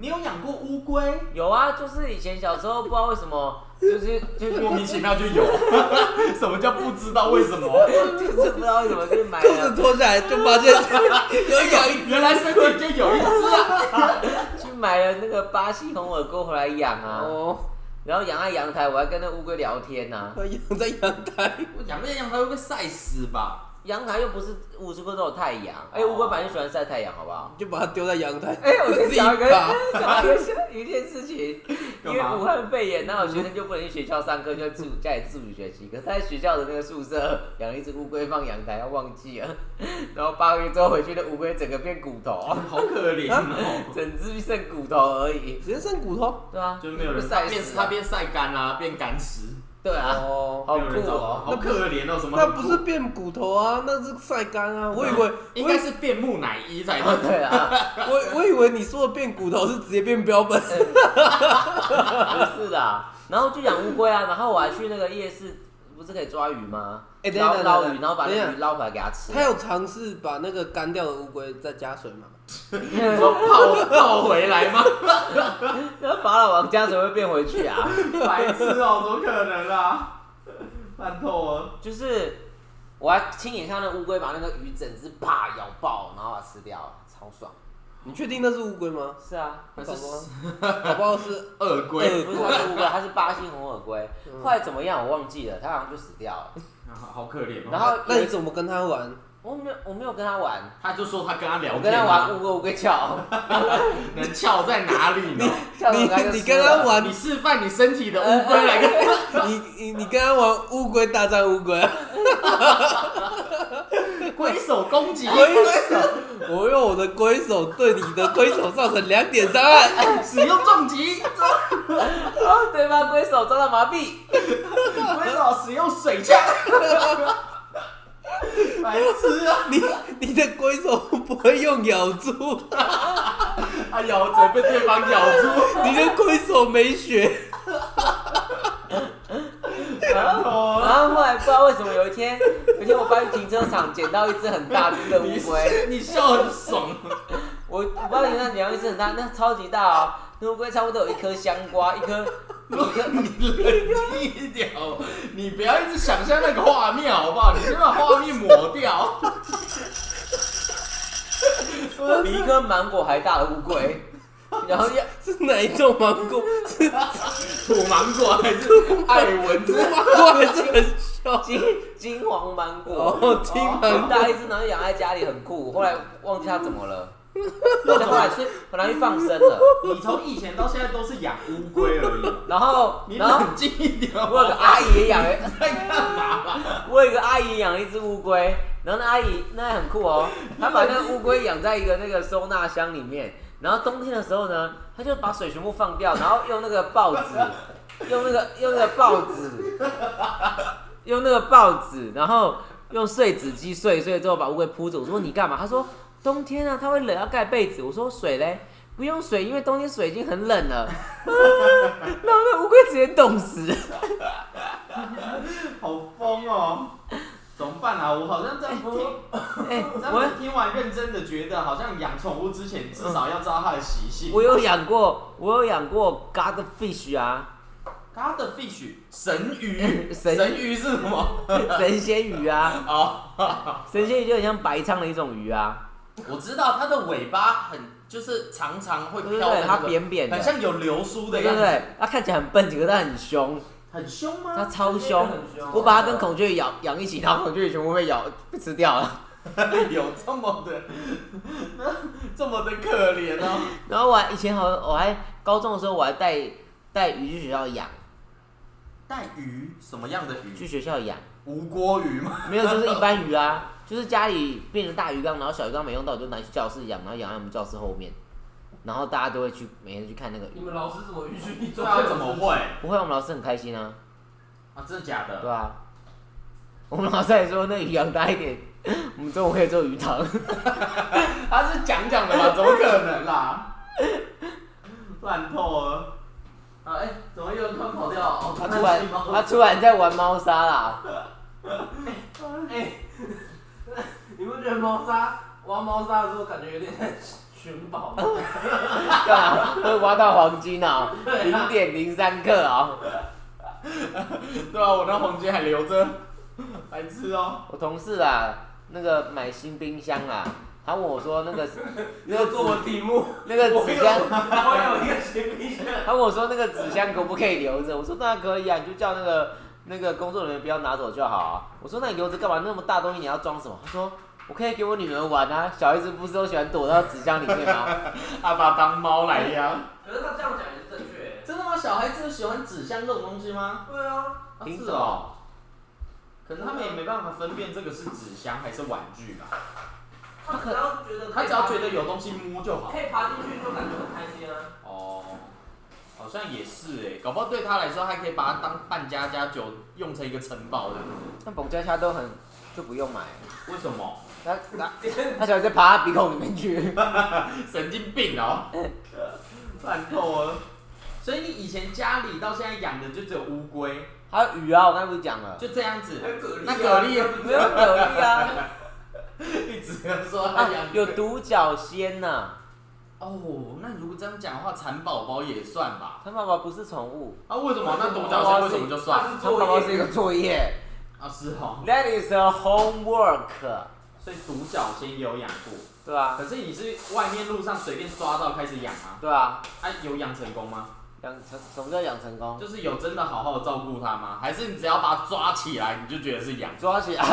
[SPEAKER 3] 你有养过乌龟？
[SPEAKER 2] 有啊，就是以前小时候不知道为什么，就是就是
[SPEAKER 3] 莫名其妙就有， 什么叫不知道为什么？
[SPEAKER 2] 就是不知道为什么就买
[SPEAKER 1] 裤子
[SPEAKER 2] 了
[SPEAKER 1] 脱下来就发现有养一
[SPEAKER 3] 哎原来身体就有一只啊！
[SPEAKER 2] 去买了那个巴西红耳龟回来养啊，
[SPEAKER 1] 哦，
[SPEAKER 2] 然后养在阳台，我还跟那乌龟聊天呐、啊。
[SPEAKER 1] 它养在阳台，
[SPEAKER 3] 我养那养它会被晒死吧？
[SPEAKER 2] 阳台又不是五十分都有太阳，哎、乌龟本来就喜欢晒太阳，好不好？
[SPEAKER 1] 就把它丢在阳台。
[SPEAKER 2] 哎、我先讲一个，
[SPEAKER 1] 自己啊 拔
[SPEAKER 2] 讲一个事一件事情，因
[SPEAKER 3] 干
[SPEAKER 2] 为
[SPEAKER 3] 嘛
[SPEAKER 2] 武汉肺炎，那有学生就不能去学校上课，就自主家里自主学习。可是他在学校的那个宿舍养了一只乌龟放阳台，他忘记了，然后八个月之后回去，那乌龟整个变骨头，
[SPEAKER 3] 好可怜哦！
[SPEAKER 2] 整只剩骨头而已。
[SPEAKER 1] 直接剩骨头。
[SPEAKER 2] 对啊，
[SPEAKER 3] 就没有
[SPEAKER 2] 被
[SPEAKER 3] 人，它
[SPEAKER 2] 晒
[SPEAKER 3] 变
[SPEAKER 2] 死
[SPEAKER 3] 它
[SPEAKER 2] 啊，
[SPEAKER 3] 变晒干啦，变干尸，
[SPEAKER 2] 对 啊，
[SPEAKER 1] 哦，
[SPEAKER 2] 好
[SPEAKER 3] 没有人
[SPEAKER 2] 酷
[SPEAKER 3] 找到
[SPEAKER 2] 哦。
[SPEAKER 3] 好可怜哦！什么
[SPEAKER 1] 那
[SPEAKER 3] 很酷？
[SPEAKER 1] 不是变骨头啊，那是晒干啊。我以为，
[SPEAKER 3] 应
[SPEAKER 1] 我以
[SPEAKER 3] 该是变木乃伊才
[SPEAKER 2] 哦，
[SPEAKER 3] 对。
[SPEAKER 2] 对啊，
[SPEAKER 1] 我我以为你说的变骨头是直接变标 本。
[SPEAKER 2] 不是 啦，然后就养乌龟啊，然后我还去那个夜市，不是可以抓鱼吗？
[SPEAKER 1] 哎等一下
[SPEAKER 2] 捞
[SPEAKER 1] 等一下
[SPEAKER 2] 捞鱼，然后把那
[SPEAKER 1] 等一下
[SPEAKER 2] 个鱼捞回来给它吃。
[SPEAKER 1] 他有尝试把那个干掉的乌龟再加水吗？
[SPEAKER 3] 你说泡泡回来吗？
[SPEAKER 2] 那法老王家怎么会变回去啊？
[SPEAKER 3] 白痴哦，怎么可能啊？烂透了！
[SPEAKER 2] 就是我还亲眼看到那乌龟把那个鱼整只啪咬爆，然后把它吃掉，超爽。
[SPEAKER 1] 你确定那是乌龟吗？
[SPEAKER 2] 是啊，
[SPEAKER 1] 搞
[SPEAKER 3] 那
[SPEAKER 1] 不
[SPEAKER 3] 是
[SPEAKER 1] 好，搞不好 是
[SPEAKER 3] 鳄龟，
[SPEAKER 2] 不是它是乌龟，它是巴西红耳龟。 后来怎么样我忘记了，它好像就死掉了。
[SPEAKER 3] 好可怜哦。
[SPEAKER 2] 然后
[SPEAKER 1] 那你怎么跟他玩？
[SPEAKER 2] 我没有，我没有跟他玩，
[SPEAKER 3] 他就说他跟他聊
[SPEAKER 2] 我跟
[SPEAKER 3] 天
[SPEAKER 2] 他
[SPEAKER 3] 啊，
[SPEAKER 2] 玩五个五个 桥，
[SPEAKER 3] 能翘在哪里呢？
[SPEAKER 2] 翘
[SPEAKER 1] 你
[SPEAKER 2] 五个
[SPEAKER 1] 你跟他玩
[SPEAKER 3] 你示范你身体的乌龟来跟，
[SPEAKER 1] 你你你跟他玩乌龟大战乌龟，
[SPEAKER 3] 龟手攻击，
[SPEAKER 1] 龟手，我用我的龟手对你的龟手造成两点伤害，
[SPEAKER 3] 使用重击，
[SPEAKER 2] 哦，对方龟手遭到麻痹，
[SPEAKER 3] 龟手使用水枪，白痴啊！
[SPEAKER 1] 你你的龟手不会用咬 住，你
[SPEAKER 3] 他咬着哎被对方咬住，
[SPEAKER 1] 的龟手没血，
[SPEAKER 3] 然后
[SPEAKER 2] 然后后来不知道为什么有一天，有一天我搬去停车场捡到一只很大只 的乌龟，
[SPEAKER 3] 你笑很爽，
[SPEAKER 2] 我我不知道停车场捡到一只很大，那超级大哦，那乌龟差不多有一颗香瓜，一颗一颗
[SPEAKER 3] 你冷静一点哦，你不要一直想象那个画面好不好？你先把画面抹掉。
[SPEAKER 2] 比一颗芒果还大的乌 龟，然后要
[SPEAKER 1] 是哪一种芒果？是
[SPEAKER 3] 土芒果还是爱文字？
[SPEAKER 1] 芒果还是很小？
[SPEAKER 2] 金金黄芒果，
[SPEAKER 1] 哦，金
[SPEAKER 2] 很
[SPEAKER 1] 芒
[SPEAKER 2] 大一只，然后养在家里很酷。后来忘记它怎么了，然后后来去本来去放生了，
[SPEAKER 3] 你从以前到现在都是养乌龟而已。
[SPEAKER 2] 然后
[SPEAKER 3] 你
[SPEAKER 2] 然后
[SPEAKER 3] 冷静一点好不
[SPEAKER 2] 我有个
[SPEAKER 3] 好？
[SPEAKER 2] 阿姨也养了，
[SPEAKER 3] 在干嘛啦？
[SPEAKER 2] 我有个阿姨养了一只乌龟，然后那阿姨那很酷哦，她把那个乌龟养在一个那个收纳箱里面，然后冬天的时候呢，她就把水全部放掉，然后用那个报纸，用那个用那个报纸，用那个报纸，然后用碎纸机碎一碎之后把乌龟铺着。我说你干嘛？她说冬天啊，它会冷，要盖被子。我说水嘞。不用水，因为冬天水已经很冷了。然后那乌龟直接冻死。
[SPEAKER 3] 好疯哦！怎么办啊？我好像在听，
[SPEAKER 2] 哎、
[SPEAKER 3] 这
[SPEAKER 2] 我
[SPEAKER 3] 样子听完认真的觉得，好像养宠物之前至少要知道它的习性。
[SPEAKER 2] 我有养过，我有养过 godfish 啊，
[SPEAKER 3] 它的 fish 神鱼，
[SPEAKER 2] 神
[SPEAKER 3] 神鱼是什么？
[SPEAKER 2] 神仙鱼啊，
[SPEAKER 3] 哦，
[SPEAKER 2] 神仙鱼就很像白鲳的一种鱼啊，
[SPEAKER 3] 我知道它的尾巴很，就是常常会
[SPEAKER 2] 对对
[SPEAKER 3] 飘的
[SPEAKER 2] 对，
[SPEAKER 3] 那
[SPEAKER 2] 它
[SPEAKER 3] 个，
[SPEAKER 2] 扁扁的
[SPEAKER 3] 很，像有流苏的
[SPEAKER 2] 对
[SPEAKER 3] 样
[SPEAKER 2] 对
[SPEAKER 3] 子，
[SPEAKER 2] 对，它看起来很笨，可是它很凶，
[SPEAKER 3] 很凶吗？
[SPEAKER 2] 它超凶
[SPEAKER 3] 很凶，
[SPEAKER 2] 我把它跟孔雀咬养一起，然后孔雀鱼全部被咬 被吃掉了，
[SPEAKER 3] 有这么的， 这么的可怜哦。
[SPEAKER 2] 然后我还以前好像我还高中的时候我还带带鱼去学校养，
[SPEAKER 3] 带鱼什么样的鱼？
[SPEAKER 2] 去学校养，
[SPEAKER 3] 无锅鱼吗？
[SPEAKER 2] 没有就是一般鱼 啊，就是家里变成大鱼缸，然后小鱼缸没用到，我就拿去教室养，然后养在我们教室后面，然后大家都会去每天去看那个鱼。
[SPEAKER 1] 你们老师怎么允许你
[SPEAKER 3] 对啊，怎么会？
[SPEAKER 2] 不会，我们老师很开心啊，
[SPEAKER 3] 啊，真的假的？
[SPEAKER 2] 对啊。我们老师还说那鱼养大一点， 我们中午可以做鱼 汤。
[SPEAKER 3] 他是讲讲的 吧？怎么可能啦？烂透了！啊，哎、怎么又突然跑掉了？哦，
[SPEAKER 2] 他
[SPEAKER 3] 那
[SPEAKER 2] 突然
[SPEAKER 3] 是猫
[SPEAKER 2] 他突然在玩猫砂啦，
[SPEAKER 1] 哎， 你不觉得猫砂挖猫砂的时候感觉有点在寻 宝吗？
[SPEAKER 2] 干嘛啊会挖到黄金啊？
[SPEAKER 1] 对啊
[SPEAKER 2] 零点零三克啊！
[SPEAKER 3] 对啊，我那黄金还留着，白痴哦、
[SPEAKER 2] 我同事啊，那个买新冰箱啊，他问我说那个
[SPEAKER 1] 你要做我题目，
[SPEAKER 2] 那个
[SPEAKER 3] 我
[SPEAKER 2] 纸
[SPEAKER 3] 有
[SPEAKER 2] 箱，
[SPEAKER 1] 我有一个学冰箱。
[SPEAKER 2] 他问我说那个纸箱可不可以留着？我说当然可以啊，你就叫那个那个工作人员不要拿走就好啊。我说那你留着干嘛？那么大东西你要装什么？他说我可以给我女儿玩啊，小孩子不是都喜欢躲到纸箱里面 吗？
[SPEAKER 3] 他把它当猫来养。
[SPEAKER 1] 可是他这样讲也是正确。
[SPEAKER 3] 真的吗？小孩子喜欢纸箱这种东西吗？
[SPEAKER 1] 对啊，
[SPEAKER 3] 啊
[SPEAKER 2] 凭
[SPEAKER 3] 是
[SPEAKER 2] 什
[SPEAKER 3] 哦
[SPEAKER 2] 么、
[SPEAKER 3] 可能他们也没办法分辨这个是纸箱还是玩具吧。
[SPEAKER 1] 他只要觉得
[SPEAKER 3] 他只要觉得有东西摸就好。
[SPEAKER 1] 可以爬进去，就感觉很开心啊。
[SPEAKER 3] 哦，好像也是哎、搞不好对他来说，还可以把它当扮家家酒，用成一个城堡的。
[SPEAKER 2] 那彭佳佳都很就不用买，
[SPEAKER 3] 为什么？
[SPEAKER 2] 他 他他小孩子爬到鼻孔里面去。
[SPEAKER 3] 神经病 哦、烂透了。所以你以前家里到现在养的就只有乌龟，哎
[SPEAKER 2] 还有鱼啊，我刚才不是讲了，
[SPEAKER 3] 就这样子。那
[SPEAKER 1] 那
[SPEAKER 3] 蛤
[SPEAKER 1] 蛤
[SPEAKER 3] 蜊
[SPEAKER 1] 蜊
[SPEAKER 3] 也
[SPEAKER 1] 啊
[SPEAKER 2] 没有蛤蜊啊，
[SPEAKER 3] 一直说
[SPEAKER 2] 啊
[SPEAKER 3] 它养
[SPEAKER 2] 有独角仙呐、
[SPEAKER 3] 哦，那如果这样讲的话，蚕宝宝也算吧？
[SPEAKER 2] 他爸爸不是宠物，
[SPEAKER 3] 啊，为什么？那独角仙为什么就算？
[SPEAKER 1] 它
[SPEAKER 2] 他爸爸是一个作业
[SPEAKER 3] 啊，是哦。
[SPEAKER 2] ，That is a homework，
[SPEAKER 3] 所以独角仙有养过，
[SPEAKER 2] 对吧、啊？
[SPEAKER 3] 可是你是外面路上随便抓到开始养啊？
[SPEAKER 2] 对啊，
[SPEAKER 3] 啊，有养成功吗？
[SPEAKER 2] 养成什么叫养成功？
[SPEAKER 3] 就是有真的好好照顾它吗？还是你只要把它抓起来，你就觉得是养，
[SPEAKER 2] 抓起来，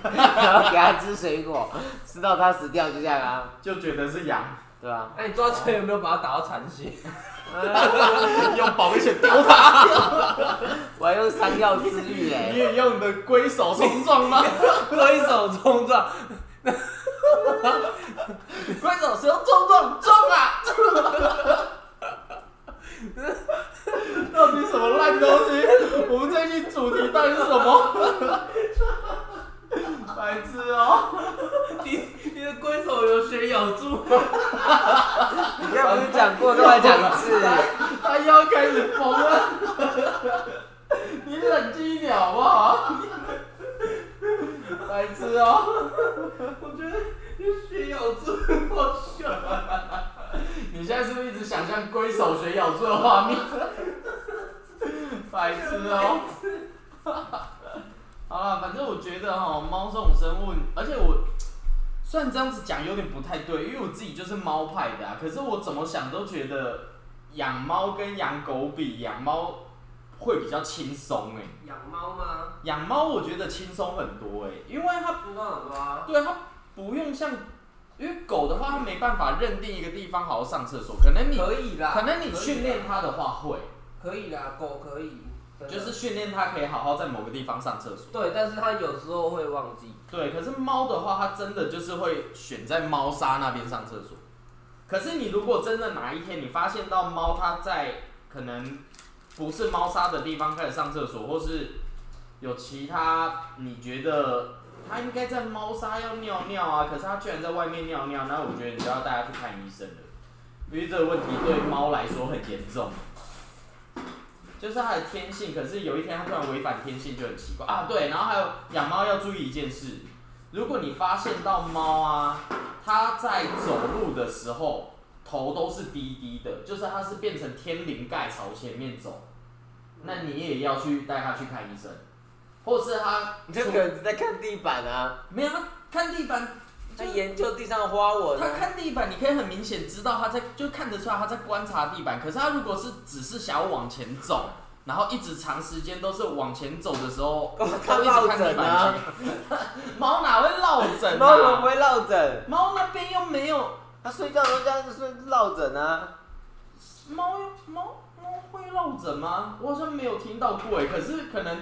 [SPEAKER 2] 然后给它吃水果，吃到它死掉就这样啊，
[SPEAKER 3] 就觉得是养？
[SPEAKER 2] 对吧、
[SPEAKER 1] 那你抓起来有没有把它打到残血？
[SPEAKER 3] 用保险丢它，
[SPEAKER 2] 我还用山药欸治愈
[SPEAKER 3] 你
[SPEAKER 2] 嘞，
[SPEAKER 3] 也用你的龟手冲撞吗？
[SPEAKER 1] 挥手冲撞，
[SPEAKER 3] 龟手是用冲撞撞啊！到底什么烂东西？我们这期主题到底是什么？白痴 哦、
[SPEAKER 1] 你你的龟手有血咬住，
[SPEAKER 2] 你刚才不是讲过，干嘛讲一次？
[SPEAKER 3] 他又要开始疯了。你冷静一点好不好？白痴哦、
[SPEAKER 1] 我觉得你血咬住好笑。
[SPEAKER 3] 你现在是不是一直想象龟手学咬住的画面？白痴哦、好了，反正我觉得哈，猫这种生物，而且我虽然这样子讲有点不太对，因为我自己就是猫派的啊。可是我怎么想都觉得养猫跟养狗比，养猫会比较轻松哎。
[SPEAKER 1] 养猫吗？
[SPEAKER 3] 养猫我觉得轻松很多哎、因为它
[SPEAKER 1] 不放很多啊。
[SPEAKER 3] 对它不用像，因为狗的话它没办法认定一个地方好好上厕所，可能你
[SPEAKER 1] 可以啦，
[SPEAKER 3] 可能你训练它的话会，
[SPEAKER 1] 可以啦，狗可以，真的
[SPEAKER 3] 就是训练它可以好好在某个地方上厕所。
[SPEAKER 1] 对，但是它有时候会忘记。
[SPEAKER 3] 对，可是猫的话，它真的就是会选在猫砂那边上厕所。可是你如果真的哪一天你发现到猫它在可能不是猫砂的地方开始上厕所，或是有其他你觉得它应该在猫砂要
[SPEAKER 2] 哎
[SPEAKER 3] 尿尿啊，可是它居然在外面尿尿，那我觉得你就要带它去看医生了，因为这个问题对猫来说很严重。就是它的天性，可是有一天它突然违反天性就很奇怪啊。对，然后还有养猫要注意一件事，如果你发现到猫啊，它在走路的时候头都是低低的，就是它是变成天灵盖朝前面走，那你也要去带它去看医生，或是它
[SPEAKER 2] 你这个人在看地板啊，
[SPEAKER 3] 没有它看地板，
[SPEAKER 2] 在研究地上的花纹、
[SPEAKER 3] 他
[SPEAKER 2] 啊。
[SPEAKER 3] 看地板，你可以很明显知道他在，就看得出来他在观察地板。可是他如果是只是想要往前走，然后一直长时间都是往前走的时候，
[SPEAKER 2] 哦
[SPEAKER 3] 他一直看地
[SPEAKER 2] 它落枕
[SPEAKER 3] 板
[SPEAKER 2] 啊
[SPEAKER 3] 去。 猫哪会落枕、啊？
[SPEAKER 2] 猫怎么不会落枕？
[SPEAKER 3] 猫那边又没有，
[SPEAKER 2] 它睡觉都这样子睡落枕啊。
[SPEAKER 3] 猫猫猫会落枕吗？我好像没有听到过哎。可是可能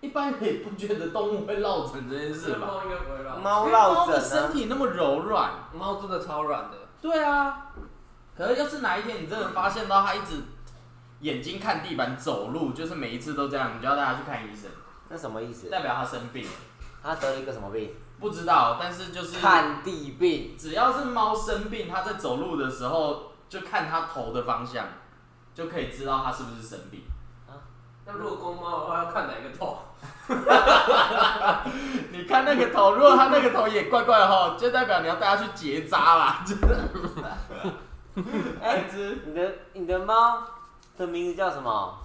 [SPEAKER 3] 一般人也不觉得动物会落枕这件事吧？
[SPEAKER 1] 猫应该不会乱。
[SPEAKER 2] 猫
[SPEAKER 3] 因为猫
[SPEAKER 2] 落
[SPEAKER 3] 的
[SPEAKER 2] 枕
[SPEAKER 3] 身
[SPEAKER 2] 啊。
[SPEAKER 3] 体那么柔软。
[SPEAKER 1] 猫真的超软的，
[SPEAKER 3] 对啊，可是要是哪一天你真的发现到他一直眼睛看地板走路，就是每一次都这样，你就要带他去看医生，
[SPEAKER 2] 那什么意思？
[SPEAKER 3] 代表他生病了。
[SPEAKER 2] 它得了一个什么病？
[SPEAKER 3] 不知道，但是就是
[SPEAKER 2] 看地病。
[SPEAKER 3] 只要是猫生病，它在走路的时候就看它头的方向，就可以知道它是不是生病。
[SPEAKER 1] 那如果公猫的话，要看哪个头？
[SPEAKER 3] 你看那个头，如果它那个头也怪怪的话，就代表你要带它去结扎啦。哎，只
[SPEAKER 2] 你的你的猫的名字叫什么？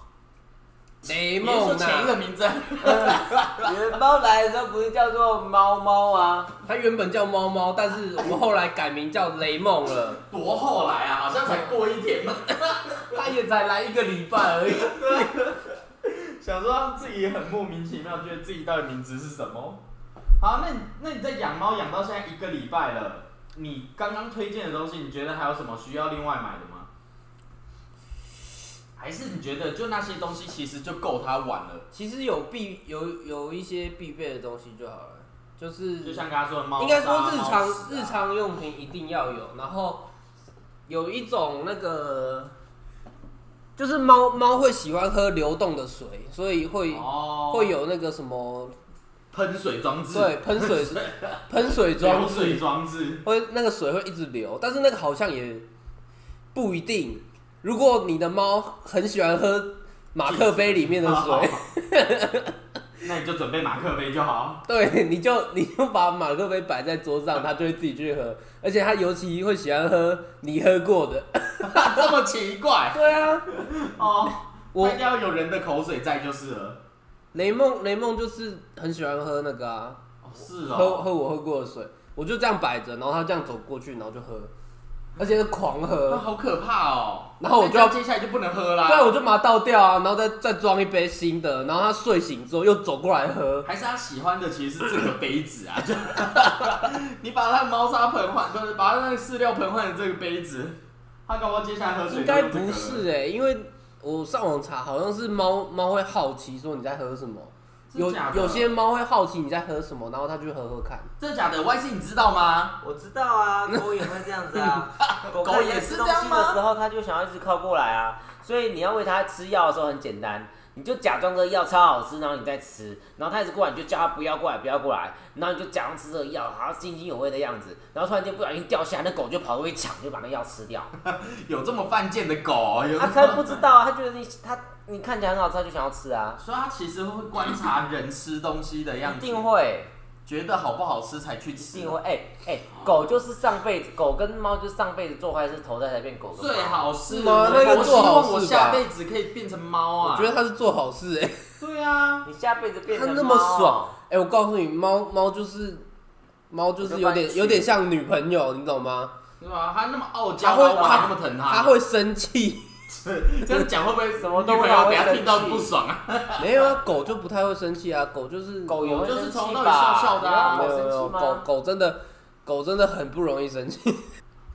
[SPEAKER 1] 雷
[SPEAKER 3] 你
[SPEAKER 2] 啊
[SPEAKER 3] 是说
[SPEAKER 1] 梦啊
[SPEAKER 3] 前一
[SPEAKER 1] 娜，
[SPEAKER 3] 个名字，
[SPEAKER 2] 你的猫来的时候不是叫做猫猫啊？
[SPEAKER 1] 它原本叫猫猫，但是我们后来改名叫雷梦了。
[SPEAKER 3] 多后来啊，好像才过一天吧。
[SPEAKER 1] 它也才来一个礼拜而已。
[SPEAKER 3] 想说让自己很莫名其妙，觉得自己到底名字是什么。好，那你那你在养猫养到现在一个礼拜了，你刚刚推荐的东西，你觉得还有什么需要另外买的吗？还是你觉得就那些东西其实就够它玩了？
[SPEAKER 1] 其实有必有有一些必备的东西就好了，就是
[SPEAKER 3] 就像刚刚说的猫砂，啊
[SPEAKER 1] 应该说日常
[SPEAKER 3] 猫屎啊
[SPEAKER 1] 日常用品一定要有，然后有一种那个，就是猫猫会喜欢喝流动的水，所以会、
[SPEAKER 3] 哦
[SPEAKER 1] 会有那个什么
[SPEAKER 3] 喷水装置，
[SPEAKER 1] 对喷水喷水装
[SPEAKER 3] 流 水装置，
[SPEAKER 1] 会那个水会一直流，但是那个好像也不一定。如果你的猫很喜欢喝马克杯里面的水，
[SPEAKER 3] 那你就准备马克杯就 好。
[SPEAKER 1] 对，你就你就把马克杯摆在桌上，它就会自己去喝，而且它尤其会喜欢喝你喝过的。
[SPEAKER 3] 这么奇怪
[SPEAKER 1] 对啊，
[SPEAKER 3] 哦，
[SPEAKER 1] 我
[SPEAKER 3] 那要有人的口水在就是了。
[SPEAKER 1] 雷梦雷梦就是很喜欢喝那个啊，
[SPEAKER 3] 哦，是哦，
[SPEAKER 1] 喝喝我喝过的水，我就这样摆着，然后他这样走过去，然后就喝。而且是狂
[SPEAKER 3] 那
[SPEAKER 1] 喝，
[SPEAKER 3] 啊好可怕哦。
[SPEAKER 1] 然后我就
[SPEAKER 3] 那
[SPEAKER 1] 要
[SPEAKER 3] 这样接下来就不能喝啦。
[SPEAKER 1] 对，我就把它倒掉啊，然后再再装一杯新的，然后他睡醒之后又走过来喝，
[SPEAKER 3] 还是他喜欢的其实是这个杯子啊，就 你把他的猫砂盆换，不是把他那个饲料盆换成这个杯子，他搞不好接下来喝水
[SPEAKER 1] 应该
[SPEAKER 3] 就用这
[SPEAKER 1] 不
[SPEAKER 3] 个了，
[SPEAKER 1] 是哎、因为我上网查好像是猫猫会好奇说你在喝什么，有
[SPEAKER 3] 真假的
[SPEAKER 1] 有些猫会好奇你在喝什么，然后它就喝喝看。
[SPEAKER 3] 真的假的？Y C 你知道吗？
[SPEAKER 2] 我知道啊，狗也会这样 子啊。狗
[SPEAKER 3] 狗
[SPEAKER 2] 看
[SPEAKER 3] 也
[SPEAKER 2] 你
[SPEAKER 3] 是
[SPEAKER 2] 吃
[SPEAKER 3] 这
[SPEAKER 2] 东
[SPEAKER 3] 样
[SPEAKER 2] 西
[SPEAKER 3] 吗
[SPEAKER 2] 的时候，它就想要一直靠过来啊。所以你要喂它吃药的时候很简单，你就假装这个药超好吃，然后你再吃，然后它一直过来，你就叫它不要过来，不要过来，然后你就假装吃这个药，好像津津有味的样子，然后突然间不小心掉下来，那狗就跑过去抢，就把那药吃 掉。
[SPEAKER 3] 有这么犯贱的狗？有这
[SPEAKER 2] 它
[SPEAKER 3] 么
[SPEAKER 2] 它不知道啊，它觉得你它你看起来很好吃，它就想要吃啊，
[SPEAKER 3] 所以它其实会观察人吃东西的样子，
[SPEAKER 2] 一定会。
[SPEAKER 3] 觉得好不好吃才去
[SPEAKER 2] 一
[SPEAKER 3] 吃
[SPEAKER 2] 定。会哎哎、狗就是上辈子，狗跟猫就是上辈子做坏事，头胎才变狗跟猫。
[SPEAKER 3] 最好是，
[SPEAKER 1] 是吗
[SPEAKER 3] 我
[SPEAKER 1] 那个
[SPEAKER 3] 我希
[SPEAKER 1] 做好
[SPEAKER 3] 望我
[SPEAKER 1] 事
[SPEAKER 3] 下
[SPEAKER 1] 吧
[SPEAKER 3] 辈子可以变成猫
[SPEAKER 1] 我
[SPEAKER 3] 啊！
[SPEAKER 1] 觉得它是做好 事哎、
[SPEAKER 3] 对啊，
[SPEAKER 2] 你下辈子变
[SPEAKER 1] 它
[SPEAKER 2] 成猫
[SPEAKER 1] 那么爽，哎、我告诉你，猫猫就是猫就
[SPEAKER 2] 我
[SPEAKER 1] 是
[SPEAKER 2] 就帮
[SPEAKER 1] 有
[SPEAKER 2] 你
[SPEAKER 1] 点
[SPEAKER 2] 取
[SPEAKER 1] 有点像女朋友，你懂吗？
[SPEAKER 3] 是吧？啊它那么傲
[SPEAKER 1] 它
[SPEAKER 3] 娇，
[SPEAKER 1] 会
[SPEAKER 3] 然后我还
[SPEAKER 1] 它
[SPEAKER 3] 那么疼
[SPEAKER 1] 它会生气，
[SPEAKER 3] 这样讲会不会
[SPEAKER 2] 什么都不
[SPEAKER 3] 会啊
[SPEAKER 2] 知道
[SPEAKER 3] 要给它
[SPEAKER 2] 会
[SPEAKER 3] 听到
[SPEAKER 2] 生气
[SPEAKER 3] 不爽啊？
[SPEAKER 1] 没有啊，狗就不太会生气啊，狗就是
[SPEAKER 2] 狗也会
[SPEAKER 3] 就是
[SPEAKER 2] 生气
[SPEAKER 3] 从那里
[SPEAKER 2] 吧
[SPEAKER 3] 笑笑的啊
[SPEAKER 2] 你
[SPEAKER 1] 没
[SPEAKER 2] 让狗
[SPEAKER 1] 有
[SPEAKER 2] 生
[SPEAKER 1] 没有
[SPEAKER 2] 气
[SPEAKER 1] 狗
[SPEAKER 2] 吗？
[SPEAKER 1] 狗真的狗真的很不容易生气，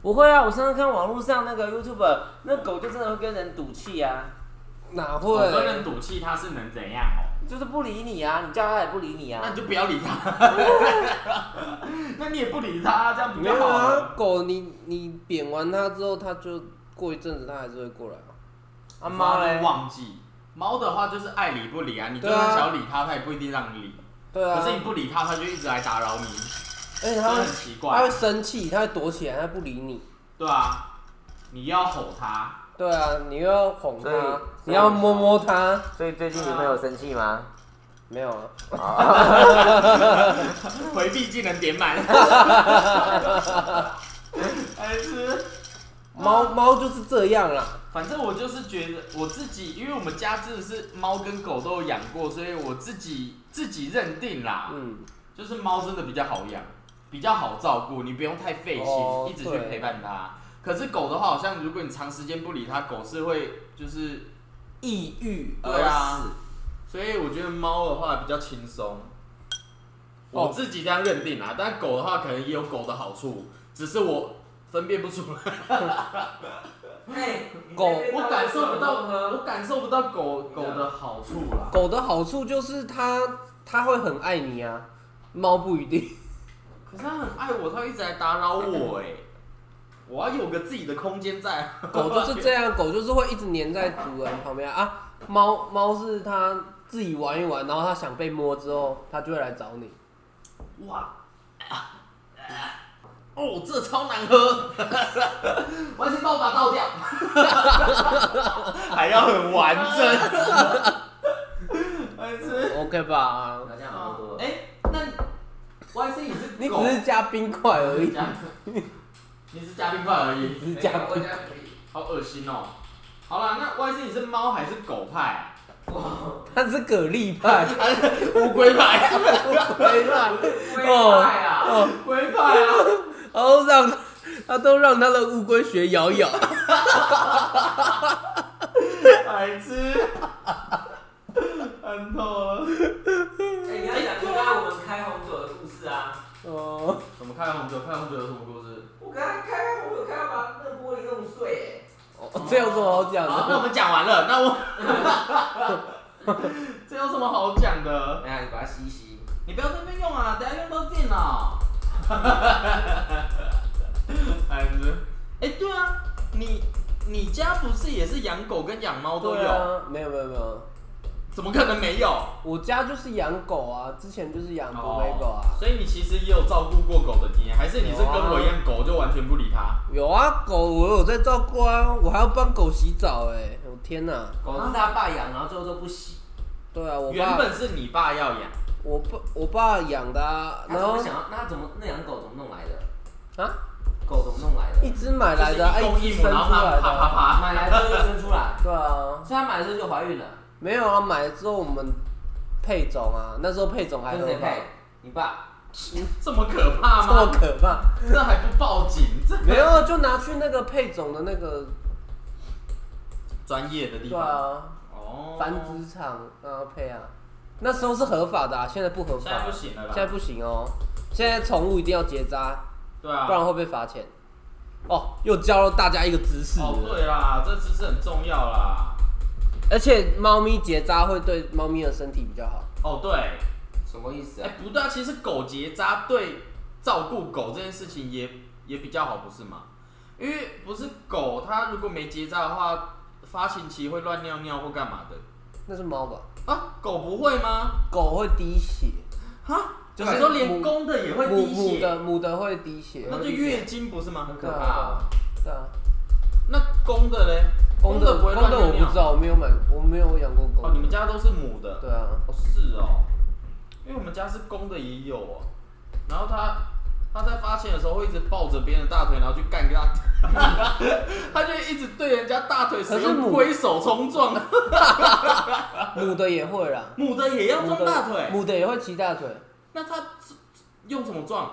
[SPEAKER 2] 不会啊，我上次看网络上那个 YouTube，那狗就真的会跟人赌气啊，
[SPEAKER 1] 哪
[SPEAKER 3] 我
[SPEAKER 1] 会？
[SPEAKER 3] 跟人赌气，它是能怎样哦？
[SPEAKER 2] 就是不理你啊，你叫它也不理你
[SPEAKER 3] 那
[SPEAKER 2] 啊
[SPEAKER 3] 你。就不要理它， 那你也不理它，这样比
[SPEAKER 1] 没
[SPEAKER 3] 较
[SPEAKER 1] 有
[SPEAKER 3] 好
[SPEAKER 1] 啊
[SPEAKER 3] 啊。，
[SPEAKER 1] 狗你你扁完它之后，它就过一阵子它还是会过来啊。
[SPEAKER 2] 啊猫嘞
[SPEAKER 3] 就，忘记猫的话就是爱理不理啊，你就
[SPEAKER 1] 对啊
[SPEAKER 3] 算想要理它，它也不一定让你理。
[SPEAKER 1] 对啊，
[SPEAKER 3] 可是你不理它，它就一直来打扰你，
[SPEAKER 1] 而且
[SPEAKER 3] 真
[SPEAKER 1] 它
[SPEAKER 3] 的
[SPEAKER 1] 会
[SPEAKER 3] 很奇
[SPEAKER 1] 它
[SPEAKER 3] 怪
[SPEAKER 1] 会。生气，它会躲起来，它不理你。
[SPEAKER 3] 对啊，你要吼它，
[SPEAKER 1] 对啊，你又要哄
[SPEAKER 2] 所以
[SPEAKER 1] 它，你要摸摸它。
[SPEAKER 2] 所以最近女朋友生气吗？
[SPEAKER 1] 没有啊，
[SPEAKER 3] 回避技能点 满。还是啊
[SPEAKER 1] 猫猫就是这样啦。
[SPEAKER 3] 反正我就是觉得我自己，因为我们家真的是猫跟狗都有养过，所以我自己自己认定啦，
[SPEAKER 1] 嗯，
[SPEAKER 3] 就是猫真的比较好养，比较好照顾，你不用太费心，
[SPEAKER 1] 哦
[SPEAKER 3] 一直去
[SPEAKER 1] 对
[SPEAKER 3] 陪伴它。可是狗的话，好像如果你长时间不理它，狗是会就是
[SPEAKER 1] 抑郁
[SPEAKER 3] 对啊
[SPEAKER 1] 而死。
[SPEAKER 3] 所以我觉得猫的话比较轻松，
[SPEAKER 1] 哦
[SPEAKER 3] 我自己这样认定啦。但狗的话可能也有狗的好处，只是我分辨不出来，
[SPEAKER 2] 哎
[SPEAKER 1] 狗
[SPEAKER 3] 我感受不到，我感受不到狗狗的好处啦。
[SPEAKER 1] 狗的好处就是它它会很爱你啊，猫不 一定。
[SPEAKER 3] 可是它很爱我，它会一直来打扰我哎、我要有个自己的空间在。
[SPEAKER 1] 狗就是这样，狗就是会一直黏在主人旁边啊。猫猫是它自己玩一玩，然后它想被摸之后，它就会来找你。
[SPEAKER 3] 哇，啊啊哦，这超难喝，完全把我把它倒掉，还要很完整，还是
[SPEAKER 1] OK 吧？
[SPEAKER 2] 这样好多
[SPEAKER 3] 哦
[SPEAKER 2] 了。
[SPEAKER 3] 哎、那 Y C 你是
[SPEAKER 1] 你
[SPEAKER 3] 狗
[SPEAKER 1] 只是加冰块而已。
[SPEAKER 3] 加，你是加冰块而已，
[SPEAKER 1] 只是加冰
[SPEAKER 3] 块，好恶心哦。好了，那 Y C 你是猫还是狗派、
[SPEAKER 1] 它是蛤 蜊派，
[SPEAKER 3] 还是乌龟 派？
[SPEAKER 1] 对吧？
[SPEAKER 3] 派
[SPEAKER 1] 哦，
[SPEAKER 2] 哎
[SPEAKER 3] 啊，龟派啊，
[SPEAKER 1] 然后让它它都让它的乌龟学咬咬。
[SPEAKER 3] 白痴， 很透了。
[SPEAKER 2] 哎，你要讲刚刚我们开红酒的故事啊！
[SPEAKER 1] 哦，
[SPEAKER 3] 怎么看红酒？看红酒有什么故事？
[SPEAKER 2] 我刚刚开红酒，看到把啊那玻璃弄碎，
[SPEAKER 1] 哦这有什么好讲
[SPEAKER 3] 好，那我
[SPEAKER 1] 的？
[SPEAKER 3] 们讲完了，那我， 这有什么好讲的？
[SPEAKER 2] 哎，你把它吸一吸。
[SPEAKER 3] 你不要在那边用啊，等下用到电脑。孩子， 哎、对啊，你你家不是也是养狗跟养猫都
[SPEAKER 1] 对
[SPEAKER 3] 有？
[SPEAKER 1] 啊，没有没有没有，
[SPEAKER 3] 怎么可能没有？
[SPEAKER 1] 我家就是养狗啊，之前就是养博美狗啊。
[SPEAKER 3] 哦所以你其实也有照顾过狗的经验，还是你是
[SPEAKER 1] 有啊
[SPEAKER 3] 跟我一样，狗就完全不理它？
[SPEAKER 1] 有啊，狗我有在照顾啊，我还要帮狗洗澡哎、我天哪！
[SPEAKER 2] 狗是他爸养，然后最后都不洗，
[SPEAKER 1] 对啊，我
[SPEAKER 3] 原
[SPEAKER 1] 爸
[SPEAKER 3] 本是你爸要养，
[SPEAKER 1] 我爸我爸养的、啊，
[SPEAKER 2] 他
[SPEAKER 1] 然
[SPEAKER 2] 怎么
[SPEAKER 1] 后
[SPEAKER 2] 想要？那他怎么那养狗怎么弄来的？
[SPEAKER 1] 啊，
[SPEAKER 2] 狗怎么弄来
[SPEAKER 1] 一
[SPEAKER 2] 的？
[SPEAKER 1] 只买来的，
[SPEAKER 3] 就
[SPEAKER 1] 啊，
[SPEAKER 3] 是一公
[SPEAKER 1] 只
[SPEAKER 3] 一
[SPEAKER 1] 生
[SPEAKER 3] 母，
[SPEAKER 1] 出
[SPEAKER 3] 然后它
[SPEAKER 1] 来的
[SPEAKER 3] 啪啪
[SPEAKER 1] 啊，
[SPEAKER 3] 啪。
[SPEAKER 2] 买来之后就生出来，
[SPEAKER 1] 对啊，
[SPEAKER 2] 所以他买的时候就怀孕了。
[SPEAKER 1] 没有啊，买了之后我们配种啊，那时候配种还
[SPEAKER 2] 跟
[SPEAKER 1] 合
[SPEAKER 2] 谁
[SPEAKER 1] 法
[SPEAKER 2] 配，？你爸。
[SPEAKER 3] 这么可怕
[SPEAKER 1] 这么
[SPEAKER 3] 吗？
[SPEAKER 1] 可怕。
[SPEAKER 3] 这还不报警？这
[SPEAKER 1] 没有，就拿去那个配种的那个，
[SPEAKER 3] 专业的地
[SPEAKER 1] 对
[SPEAKER 3] 方
[SPEAKER 1] 啊，
[SPEAKER 3] 哦，
[SPEAKER 1] 繁殖场然后配啊。那时候是合法的、啊，现在不合
[SPEAKER 3] 现
[SPEAKER 1] 法
[SPEAKER 3] 在不
[SPEAKER 1] 了，
[SPEAKER 3] 行了
[SPEAKER 1] 现在
[SPEAKER 3] 啦。
[SPEAKER 1] 不行哦。现在宠物一定要结扎，
[SPEAKER 3] 对啊
[SPEAKER 1] 不，然会被罚钱。哦，又教了大家一个知识了
[SPEAKER 3] 哦对啦，这知识很重要啦。
[SPEAKER 1] 而且猫咪结扎会对猫咪的身体比较好。
[SPEAKER 3] 哦对，
[SPEAKER 2] 什么意思
[SPEAKER 3] 哎、
[SPEAKER 2] 啊？
[SPEAKER 3] 不对啊，其实狗结扎对照顾狗这件事情也也比较好，不是吗？因为不是狗，它如果没结扎的话，发情期会乱尿尿或干嘛的
[SPEAKER 1] 那是猫吧？
[SPEAKER 3] 啊？狗不会吗？
[SPEAKER 1] 狗会滴血，
[SPEAKER 3] 哈，
[SPEAKER 1] 就是
[SPEAKER 3] 你说连
[SPEAKER 1] 母
[SPEAKER 3] 公的也会
[SPEAKER 1] 母
[SPEAKER 3] 滴
[SPEAKER 1] 母
[SPEAKER 3] 血，
[SPEAKER 1] 的母的会滴血，
[SPEAKER 3] 那就月经不是吗？
[SPEAKER 1] 对啊。对啊，
[SPEAKER 3] 那公的嘞？
[SPEAKER 1] 公的
[SPEAKER 3] 的不会
[SPEAKER 1] 公
[SPEAKER 3] 乱
[SPEAKER 1] 的我
[SPEAKER 3] 尿尿。
[SPEAKER 1] 不知道，我没有买，我没有养过
[SPEAKER 3] 哦，你
[SPEAKER 1] 公的。
[SPEAKER 3] 们家都是母的。
[SPEAKER 1] 对啊，
[SPEAKER 3] 哦，是哦，因为我们家是公的也有哦。然后他他在发情的时候会一直抱着别人的大腿，然后去干跟他， 他就一直对人家大腿使
[SPEAKER 1] 可是
[SPEAKER 3] 用
[SPEAKER 1] 母
[SPEAKER 3] 龟手冲撞，
[SPEAKER 1] 母的也会啦，
[SPEAKER 3] 母的也要
[SPEAKER 1] 母
[SPEAKER 3] 撞
[SPEAKER 1] 的
[SPEAKER 3] 大腿，
[SPEAKER 1] 母的也会骑大腿，
[SPEAKER 3] 那他用什么撞？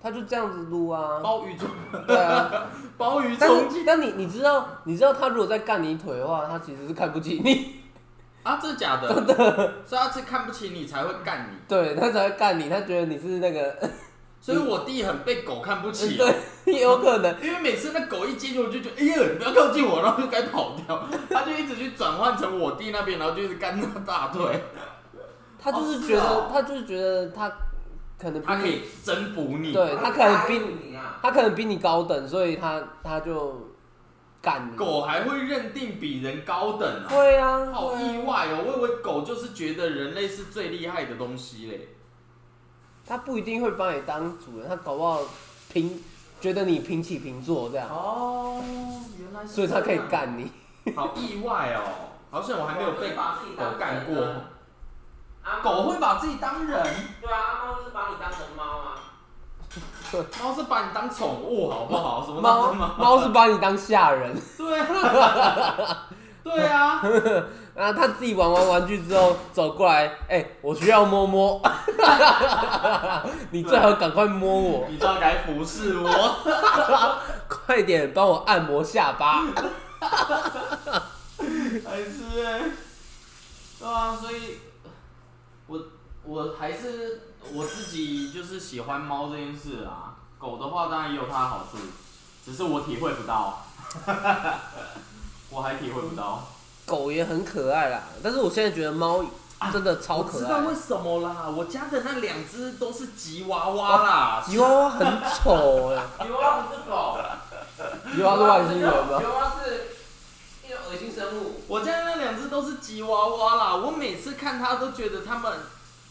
[SPEAKER 1] 它就这样子撸啊。
[SPEAKER 3] 鲍鱼撞，
[SPEAKER 1] 对啊，
[SPEAKER 3] 鲍鱼
[SPEAKER 1] 但
[SPEAKER 3] 冲
[SPEAKER 1] 是但你你知道你知道它如果在干你腿的话，它其实是看不起你，
[SPEAKER 3] 啊，这假的，真的，所以他是看不起你才会干你，
[SPEAKER 1] 对，它才会干你，它觉得你是那 个，
[SPEAKER 3] 所以我弟很被狗看不起。哦
[SPEAKER 1] 对，有可能。
[SPEAKER 3] 因为每次那狗一接近我就觉得，哎呀，你不要靠近我，然后就该跑掉。它就一直去转换成我弟那边，然后就是干他大腿，
[SPEAKER 1] 他就是
[SPEAKER 2] 哦
[SPEAKER 1] 觉
[SPEAKER 2] 是
[SPEAKER 1] 得
[SPEAKER 2] 哦，
[SPEAKER 1] 他就是觉得他可能
[SPEAKER 3] 啊
[SPEAKER 1] 比
[SPEAKER 3] 它可
[SPEAKER 1] 你，
[SPEAKER 3] 以征服你。
[SPEAKER 1] 对他可能比你，
[SPEAKER 2] 你啊！
[SPEAKER 1] 他可能比你高等，所以他他就干你。
[SPEAKER 3] 狗还会认定比人高等啊，
[SPEAKER 1] 会啊，
[SPEAKER 3] 好
[SPEAKER 1] 会
[SPEAKER 3] 意
[SPEAKER 1] 啊
[SPEAKER 3] 外哦！我以为狗就是觉得人类是最厉害的东西嘞。
[SPEAKER 1] 他不一定会把你当主人，他搞不好平觉得你平起平坐这样，
[SPEAKER 3] 哦，原来是
[SPEAKER 1] 所以他可以，干你。
[SPEAKER 3] 好意外哦！好像我还没有被狗干
[SPEAKER 2] 狗会把自己当
[SPEAKER 3] 过
[SPEAKER 2] 人。
[SPEAKER 3] 狗会把自己当
[SPEAKER 2] 啊
[SPEAKER 3] 人，
[SPEAKER 2] 对啊，阿猫就是把你当成猫啊。
[SPEAKER 3] 猫是把你当宠物好不好？什么
[SPEAKER 1] 猫
[SPEAKER 3] 当猫？
[SPEAKER 1] 猫是把你当下人，
[SPEAKER 3] 对啊，对啊。
[SPEAKER 1] 然后他自己玩完玩具之后走过来，哎、我需要摸摸， 你最好赶快摸我，
[SPEAKER 3] 你到底该服侍我？
[SPEAKER 1] 快点帮我按摩下巴。
[SPEAKER 3] 还是哎、对啊，所以我我还是我自己就是喜欢猫这件事啊。狗的话当然也有它的好处，只是我体会不到， 我还体会不到。
[SPEAKER 1] 狗也很可爱啦，但是我现在觉得猫真的超
[SPEAKER 3] 我
[SPEAKER 1] 可
[SPEAKER 3] 知
[SPEAKER 1] 爱
[SPEAKER 3] 道，为什么啦，我家的那两只都是吉娃娃 啦。
[SPEAKER 1] 吉娃娃啊很丑哎、
[SPEAKER 2] 牛蛙不是狗，
[SPEAKER 1] 吉娃娃是外星人吗？
[SPEAKER 2] 牛蛙是一种恶心生物。
[SPEAKER 3] 我家的那两只都是吉娃娃啦，我每次看它都觉得它们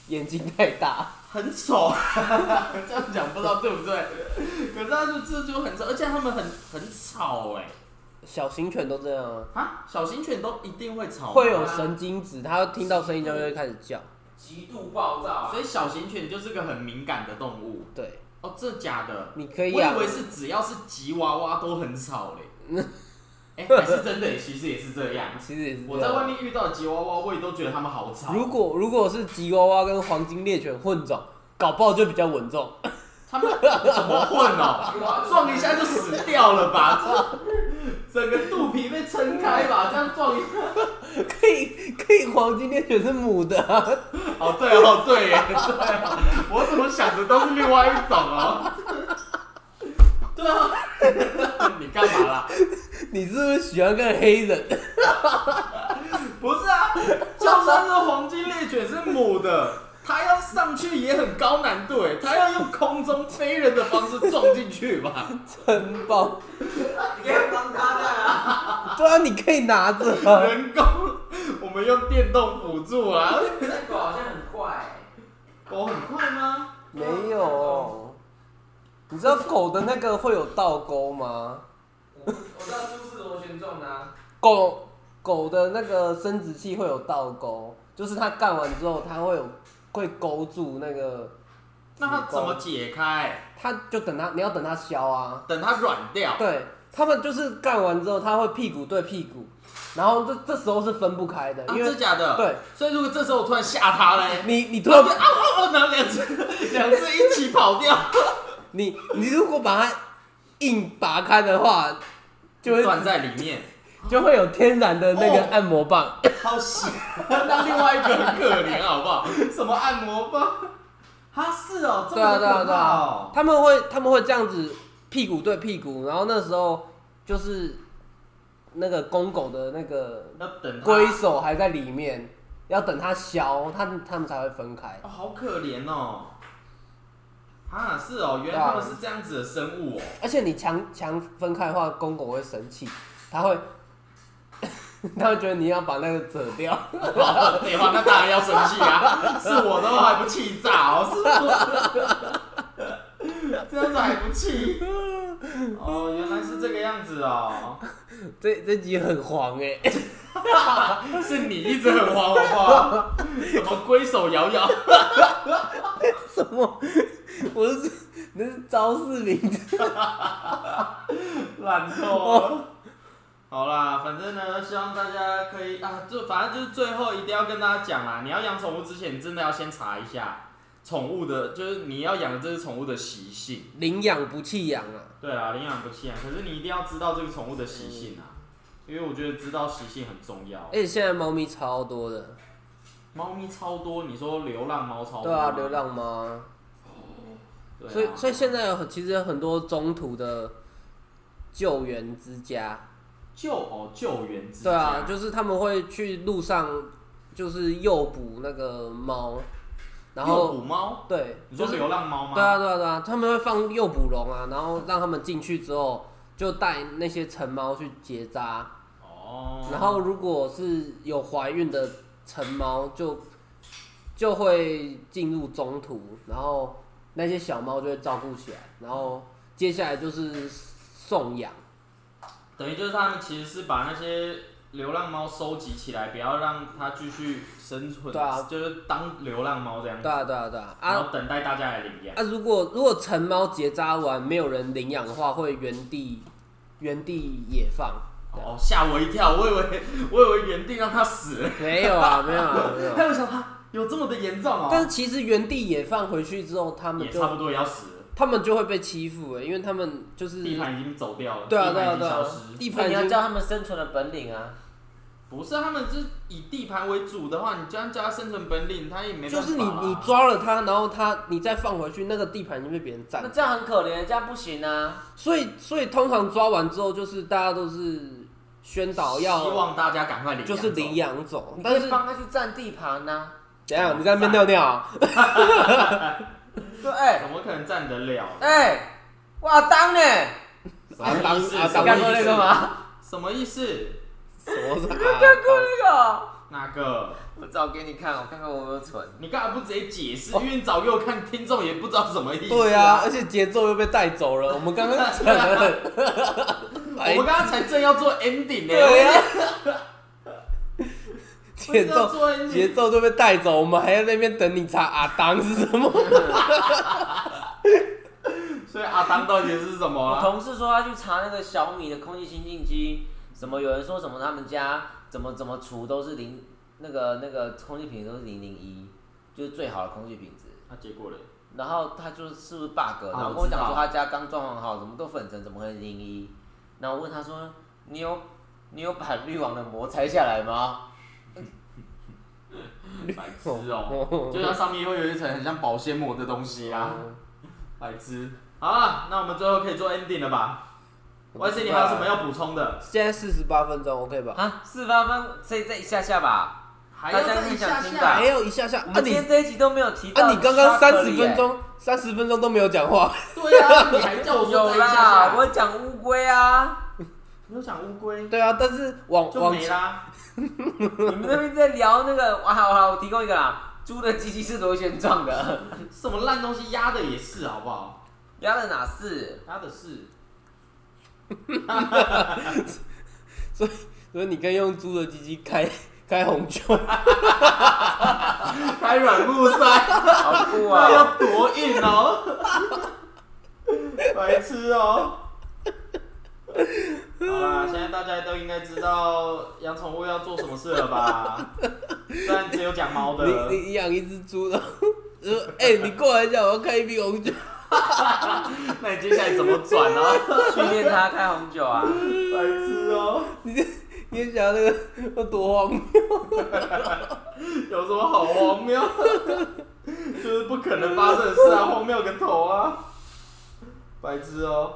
[SPEAKER 1] 眼睛太大，
[SPEAKER 3] 很丑， 这样讲不知道对不对？可是他就这就很丑，而且他们很很吵哎、
[SPEAKER 1] 小型犬都这样啊，
[SPEAKER 3] 啊，小型犬都一定会吵，
[SPEAKER 1] 会有神经质，它听到声音就会开始叫。
[SPEAKER 2] 极度暴躁啊
[SPEAKER 3] 所！以小型犬就是个很敏感的动物。
[SPEAKER 1] 对，
[SPEAKER 3] 哦，这假的，
[SPEAKER 1] 你可
[SPEAKER 3] 我
[SPEAKER 1] 以啊
[SPEAKER 3] 以
[SPEAKER 1] 养
[SPEAKER 3] 为是只要是吉娃娃都很吵嘞、 哎、还是真的、欸，其实也是这样。
[SPEAKER 1] 其实也是这
[SPEAKER 3] 我在外
[SPEAKER 1] 样。
[SPEAKER 3] 面遇到的吉娃娃，我也都觉得他们好吵。
[SPEAKER 1] 如果如果是吉娃娃跟黄金猎犬混种，搞不好就比较稳重。
[SPEAKER 3] 他们怎么混哦？撞一下就死掉了吧？这整个肚皮被撑开吧？这样撞一下。
[SPEAKER 1] 可以可以，黄金猎犬是母的啊、
[SPEAKER 3] 哦，对哦，对耶，对哦，我怎么想的都是另外一种哦。对啊，你干嘛啦？
[SPEAKER 1] 你是不是喜欢跟黑人？
[SPEAKER 3] 不是啊，就算是黄金猎犬是母的，它要上去也很高难度哎，它要用空中飞人的方式撞进去 吧？
[SPEAKER 1] 很棒，
[SPEAKER 2] 你可以帮他的啊。
[SPEAKER 1] 对啊，你可以拿着啊、
[SPEAKER 3] 人工，我们用电动辅助啊。
[SPEAKER 2] 那狗好像很快欸
[SPEAKER 3] 狗很快吗？
[SPEAKER 1] 没有，你知道狗的那个会有倒钩吗？
[SPEAKER 2] 欸。我我知道猪是螺旋状的啊。
[SPEAKER 1] 狗狗的那个生殖器会有倒钩，就是它干完之后，它会有会勾住那个，
[SPEAKER 3] 那它怎么解开？
[SPEAKER 1] 它就等它，你要等它消啊。
[SPEAKER 3] 等它软掉。啊
[SPEAKER 1] 对他们就是干完之后，它会屁股对屁股，然后这这时候是分不开的，
[SPEAKER 3] 啊，
[SPEAKER 1] 因为
[SPEAKER 3] 真假的？
[SPEAKER 1] 对，
[SPEAKER 3] 所以如果这时候我突然吓他嘞，
[SPEAKER 1] 你你突
[SPEAKER 3] 啊
[SPEAKER 1] 然
[SPEAKER 3] 啊啊！然后两只两只一起跑掉，
[SPEAKER 1] 你你如果把它硬拔开的话，就会
[SPEAKER 3] 断在里面，
[SPEAKER 1] 就会有天然的那个
[SPEAKER 3] 哦
[SPEAKER 1] 按摩棒。
[SPEAKER 3] 好喜。那另外一个很可怜，好不好？什么按摩棒？哈是哦，这
[SPEAKER 1] 对啊
[SPEAKER 3] 么
[SPEAKER 1] 对啊
[SPEAKER 3] 可
[SPEAKER 1] 对
[SPEAKER 3] 怕
[SPEAKER 1] 啊
[SPEAKER 3] 哦，。
[SPEAKER 1] 他们会他们会这样子屁股对屁股，然后那时候就是那个公狗的那个
[SPEAKER 3] 要等他
[SPEAKER 1] 龟手还在里面，要等它消，他们他们才会分开。
[SPEAKER 3] 哦，好可怜哦。啊，是哦，原来他们是这样子的生物哦。
[SPEAKER 1] 而且你强强分开的话，公狗会生气，它会 它会觉得你要把那个扯掉。
[SPEAKER 3] 废话，那当然要生气啊！是我的话还不气炸哦，是我这样子还不气？哦，原来是这个样子哦，
[SPEAKER 1] 这这集很黄哎、
[SPEAKER 3] 是你一直很慌好不好？什么龟手摇摇？
[SPEAKER 1] 什么？我是那是招式名字。
[SPEAKER 3] 懒透了。好啦，反正呢，希望大家可以啊，就反正就是最后一定要跟大家讲啊啦，你要养宠物之前，你真的要先查一下宠物的，就是你要养的这只宠物的习性。
[SPEAKER 1] 领养不弃养啊，
[SPEAKER 3] 对啊，领养不弃养，可是你一定要知道这个宠物的习性啊，因为我觉得知道习性很重要。
[SPEAKER 1] 而且哎现在猫咪超多的，
[SPEAKER 3] 猫咪超多，你说流浪猫超多？
[SPEAKER 1] 对啊，流。浪猫啊，
[SPEAKER 3] 对啊
[SPEAKER 1] 所以所以现在有很其实有很多中途的救援之家，
[SPEAKER 3] 救哦救援之
[SPEAKER 1] 对啊
[SPEAKER 3] 家，
[SPEAKER 1] 就是他们会去路上就是诱捕那个猫，然
[SPEAKER 3] 诱捕
[SPEAKER 1] 后
[SPEAKER 3] 猫，
[SPEAKER 1] 对，
[SPEAKER 3] 你
[SPEAKER 1] 就
[SPEAKER 3] 说
[SPEAKER 1] 是
[SPEAKER 3] 流浪猫吗？
[SPEAKER 1] 对啊，对啊，对啊，他们会放诱捕笼啊，然后让他们进去之后，就带那些成猫去结扎，
[SPEAKER 3] 哦，
[SPEAKER 1] 然后如果是有怀孕的成猫，就就会进入中途，然后那些小猫就会照顾起来，然后接下来就是送养，
[SPEAKER 3] 等于就是他们其实是把那些流浪猫收集起来，不要让它继续生存，
[SPEAKER 1] 对啊
[SPEAKER 3] 就是当流浪猫这样子，
[SPEAKER 1] 对啊，对啊，对啊，
[SPEAKER 3] 嗯然
[SPEAKER 1] 啊
[SPEAKER 3] 后等待大家来领养。
[SPEAKER 1] 啊！如果如果成猫结扎完没有人领养的话，会原地原地野放。对啊
[SPEAKER 3] 哦，吓我一跳，我以为我以为原定让它死了，
[SPEAKER 1] 没有啊，没有啊，没有
[SPEAKER 3] 还
[SPEAKER 1] 啊。
[SPEAKER 3] 有想啊，有这么的严重哦？
[SPEAKER 1] 但是其实原地野放回去之后，他们
[SPEAKER 3] 也差
[SPEAKER 1] 就
[SPEAKER 3] 不多也要死了，
[SPEAKER 1] 他们就会被欺负、欸，因为他们就是
[SPEAKER 3] 地盘已经走掉了，
[SPEAKER 1] 对啊
[SPEAKER 3] 地
[SPEAKER 1] 对啊
[SPEAKER 3] 盘已
[SPEAKER 1] 对
[SPEAKER 3] 经消
[SPEAKER 1] 啊
[SPEAKER 3] 失，。
[SPEAKER 1] 地
[SPEAKER 2] 那
[SPEAKER 1] 盘
[SPEAKER 2] 你
[SPEAKER 1] 已
[SPEAKER 2] 要
[SPEAKER 1] 经
[SPEAKER 2] 教他们生存的本领啊！
[SPEAKER 3] 不是，他们是以地盘为主的话，你这样叫他生存本领，他也没办法啊
[SPEAKER 1] 就
[SPEAKER 3] 啦。
[SPEAKER 1] 是你你抓了啊它，然后它你再放回去，那个地盘已经被别人占
[SPEAKER 2] 那
[SPEAKER 1] 了。
[SPEAKER 2] 这样很可怜，这样不行啊！
[SPEAKER 1] 所以所以通常抓完之后，就是大家都是宣导
[SPEAKER 3] 希
[SPEAKER 1] 要
[SPEAKER 3] 望大家赶快领养走，
[SPEAKER 1] 就是领养种，
[SPEAKER 2] 你可
[SPEAKER 1] 但
[SPEAKER 2] 以
[SPEAKER 1] 是
[SPEAKER 2] 帮他去占地盘啊呐、
[SPEAKER 1] 怎样？你在那边尿尿啊？
[SPEAKER 2] 对，哎、
[SPEAKER 3] 怎么可能占得了？
[SPEAKER 2] 哎、哇当呢？
[SPEAKER 3] 啊什么意思
[SPEAKER 1] 阿
[SPEAKER 2] 你
[SPEAKER 1] 当
[SPEAKER 2] 看
[SPEAKER 1] 干
[SPEAKER 2] 过啊那个？ 吗？
[SPEAKER 3] 什么意 思？什么啊意思
[SPEAKER 1] 什么是
[SPEAKER 2] 看过那个？
[SPEAKER 3] 那个？
[SPEAKER 2] 我找给你看，我看看我有没有存。
[SPEAKER 3] 你干嘛不直接解释？
[SPEAKER 2] 哦
[SPEAKER 3] 因为你找给我看，听众也不知道什么意思。
[SPEAKER 1] 对啊，，而且节奏又被带走了。我们 刚刚讲了，
[SPEAKER 3] 我们刚刚才正要做 ending 呢、
[SPEAKER 1] 对
[SPEAKER 2] 啊
[SPEAKER 1] 呀、
[SPEAKER 3] 我也
[SPEAKER 1] 节
[SPEAKER 3] 是要
[SPEAKER 1] 奏
[SPEAKER 3] 做 ending，
[SPEAKER 1] 节奏都被带走，我们还在那边等你查阿当 是什么？
[SPEAKER 3] 所以阿当到底是什么啊
[SPEAKER 2] 我
[SPEAKER 3] 啦？
[SPEAKER 2] 同事说他去查那个小米的空气清净机，什么有人说什么他们家怎么怎么除都是零，那个那个空气品质都是零零一，就是最好的空气品质。
[SPEAKER 3] 那、结果嘞？
[SPEAKER 2] 然后他就是是不是 bug，然
[SPEAKER 3] 啊
[SPEAKER 2] 后
[SPEAKER 3] 我
[SPEAKER 2] 跟我讲
[SPEAKER 3] 知道
[SPEAKER 2] 说他家刚装潢好，怎么都粉尘，怎么可能零一？然后我问他说，你有你有把滤网的膜拆下来吗？
[SPEAKER 3] 白痴哦、就它上面会有一层很像保鲜膜的东西啊，
[SPEAKER 2] 哦
[SPEAKER 3] 白痴。好了，那我们最后可以做 ending 了吧？Y C，你还有什么要补充的？
[SPEAKER 1] 现在四十八分钟，OK 吧？
[SPEAKER 2] 啊，四八分，这这一下下吧。
[SPEAKER 3] 还哎要再一下
[SPEAKER 2] 大家很想听
[SPEAKER 3] 下
[SPEAKER 2] 吧
[SPEAKER 1] 还有一下下，
[SPEAKER 2] 我
[SPEAKER 1] 啊
[SPEAKER 2] 们今
[SPEAKER 1] 你
[SPEAKER 2] 天这一集都没有提到巧克力
[SPEAKER 1] 啊
[SPEAKER 2] 耶、
[SPEAKER 1] 你刚刚三十分钟，三十分钟都没有讲 话，
[SPEAKER 3] 对啊，你还叫我说
[SPEAKER 2] 有
[SPEAKER 3] 再一下下
[SPEAKER 2] 啦，我讲乌龟啊，
[SPEAKER 3] 你有讲乌龟
[SPEAKER 1] 对啊，但是往
[SPEAKER 3] 就
[SPEAKER 1] 往
[SPEAKER 3] 没啦。
[SPEAKER 2] 你们那边在聊那个，哇，好啦，我提供一个啦，猪的鸡鸡是螺旋状 的，
[SPEAKER 3] 什么烂东西压的也是，好不好？
[SPEAKER 2] 鸭的哪 是？
[SPEAKER 3] 压的是，
[SPEAKER 1] 所以你可以用猪的鸡鸡开开红酒，
[SPEAKER 2] 啊
[SPEAKER 3] 开软木塞。
[SPEAKER 2] 好酷啊、
[SPEAKER 3] 那
[SPEAKER 1] 哎
[SPEAKER 3] 要多硬哦！白痴哦！好啦，现在大家都应该知道养宠
[SPEAKER 1] 你 你养一只猪，然后 就说哎、你过来一下，我要开一瓶红酒。
[SPEAKER 3] 那你接下来怎么转啊？
[SPEAKER 2] 训练他开红酒啊，
[SPEAKER 3] 白痴哦、
[SPEAKER 1] 你也想那个 有多 荒谬？
[SPEAKER 3] 有什么好荒谬？就是不可能发生的事啊，荒谬个头啊！白痴哦、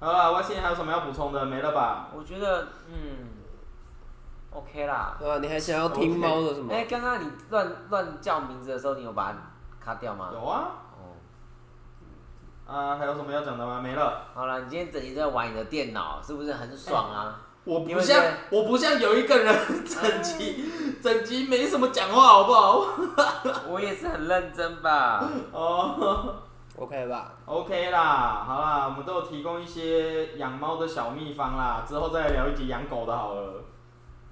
[SPEAKER 3] 好啦，外星还有什么要补充的？没了吧？
[SPEAKER 2] 我觉得嗯，OK 啦。
[SPEAKER 1] 对吧？啊你还想要听猫的什么
[SPEAKER 2] 哎、？刚刚你乱乱叫名字的时候，你有把它卡掉吗？
[SPEAKER 3] 有啊，
[SPEAKER 2] 哦，
[SPEAKER 3] 啊，还有什么要讲的吗？没了。
[SPEAKER 2] 好了，你今天整天在玩你的电脑，是不是很爽啊？
[SPEAKER 3] 我
[SPEAKER 2] 你
[SPEAKER 3] 不
[SPEAKER 2] 们
[SPEAKER 3] 像
[SPEAKER 2] 在，
[SPEAKER 3] 我不像有一个人 整集整集没什么讲话，好不好？
[SPEAKER 2] 我也是很认真吧。
[SPEAKER 3] 哦、
[SPEAKER 1] OK 吧？
[SPEAKER 3] o k 啦，好啦，我们都有提供一些养猫的小秘方啦，之后再聊一集养狗的好了。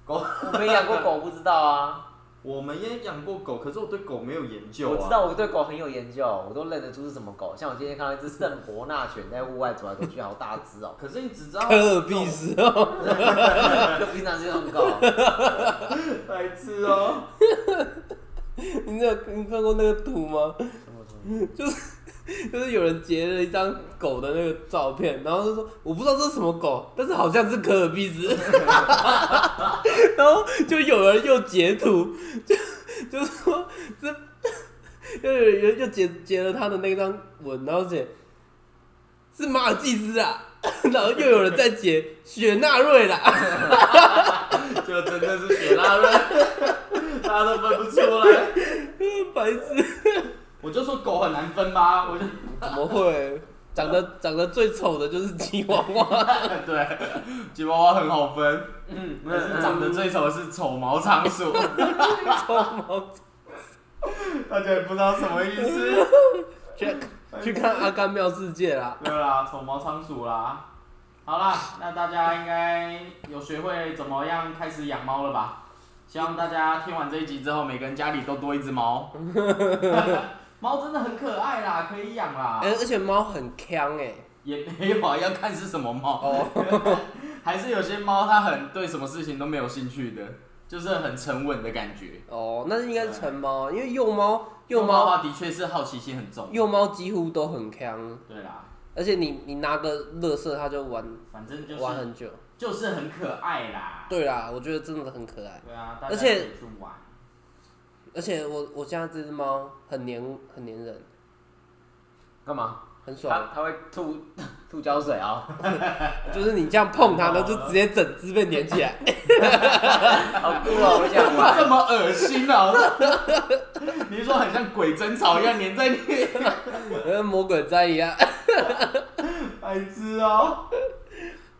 [SPEAKER 3] 狗，
[SPEAKER 2] 我没养过狗，不知道 啊。
[SPEAKER 3] 我们也养过狗，可是我对狗没有研究、啊。。
[SPEAKER 2] 我知道我对狗很有研究，我都认得出是什么狗。像我今天看到一只圣伯纳犬在户外走来走去，好大只 哦
[SPEAKER 3] 可是你只知道
[SPEAKER 1] 科尔必斯哦，
[SPEAKER 2] 就平常是这种狗，
[SPEAKER 3] 白痴哦、
[SPEAKER 1] 你有你看过那个图吗？就是有人截了一张狗的那个照片，然后就说我不知道这是什么狗，但是好像是可尔必斯， 然后就有人又截图，就就说这，又有人又截截了他的那张文，然后写是马尔济斯啊，然后又有人在截雪纳瑞啦，
[SPEAKER 3] 就真的是雪纳瑞， 大家都分不出来。
[SPEAKER 1] 白痴，
[SPEAKER 3] 我就说狗很难分吧，我就
[SPEAKER 1] 怎么会？长得长得最丑的就是吉娃娃，
[SPEAKER 3] 对，吉娃娃很好分，嗯，可是长得最丑的是丑毛仓鼠，
[SPEAKER 1] 丑毛
[SPEAKER 3] 大家也不知道什么意思。
[SPEAKER 1] 去去看《阿甘妙世界》啦。
[SPEAKER 3] 对啦，丑毛仓鼠啦。好啦，那大家应该有学会怎么样开始养猫了吧？希望大家听完这一集之后，每个人家里都多一只猫。猫真的很可爱啦，可以养啦。
[SPEAKER 1] 哎、而且猫很强哎、
[SPEAKER 3] 也没有啊，要看是什么猫。
[SPEAKER 1] 哦，
[SPEAKER 3] 还是有些猫它很对什么事情都没有兴趣的，就是很沉稳的感觉。
[SPEAKER 1] 哦，那应该是成猫，因为幼猫幼
[SPEAKER 3] 猫的
[SPEAKER 1] 猫
[SPEAKER 3] 话的确是好奇心很重。
[SPEAKER 1] 幼猫几乎都很强，
[SPEAKER 3] 对啦，
[SPEAKER 1] 而且你你拿个乐色它就玩、
[SPEAKER 3] 反正就
[SPEAKER 1] 玩
[SPEAKER 3] 是
[SPEAKER 1] 很久。
[SPEAKER 3] 就是很可爱啦。
[SPEAKER 1] 对啦，我觉得真的很可爱，
[SPEAKER 3] 对啊，大家
[SPEAKER 1] 而且
[SPEAKER 3] 可以去玩。
[SPEAKER 1] 而且我我家这只猫很黏很黏人，
[SPEAKER 2] 干嘛？
[SPEAKER 1] 很
[SPEAKER 2] 它
[SPEAKER 3] 啊
[SPEAKER 1] 爽，
[SPEAKER 2] 它会吐吐胶水啊、
[SPEAKER 1] 就是你这样碰它，它就直接整只被粘起来。
[SPEAKER 2] 好酷哦！我想玩。
[SPEAKER 3] 这么恶心啊！ 你是说很像鬼争吵一样粘在你，
[SPEAKER 1] 跟魔鬼毡一样。
[SPEAKER 3] 白痴哦！好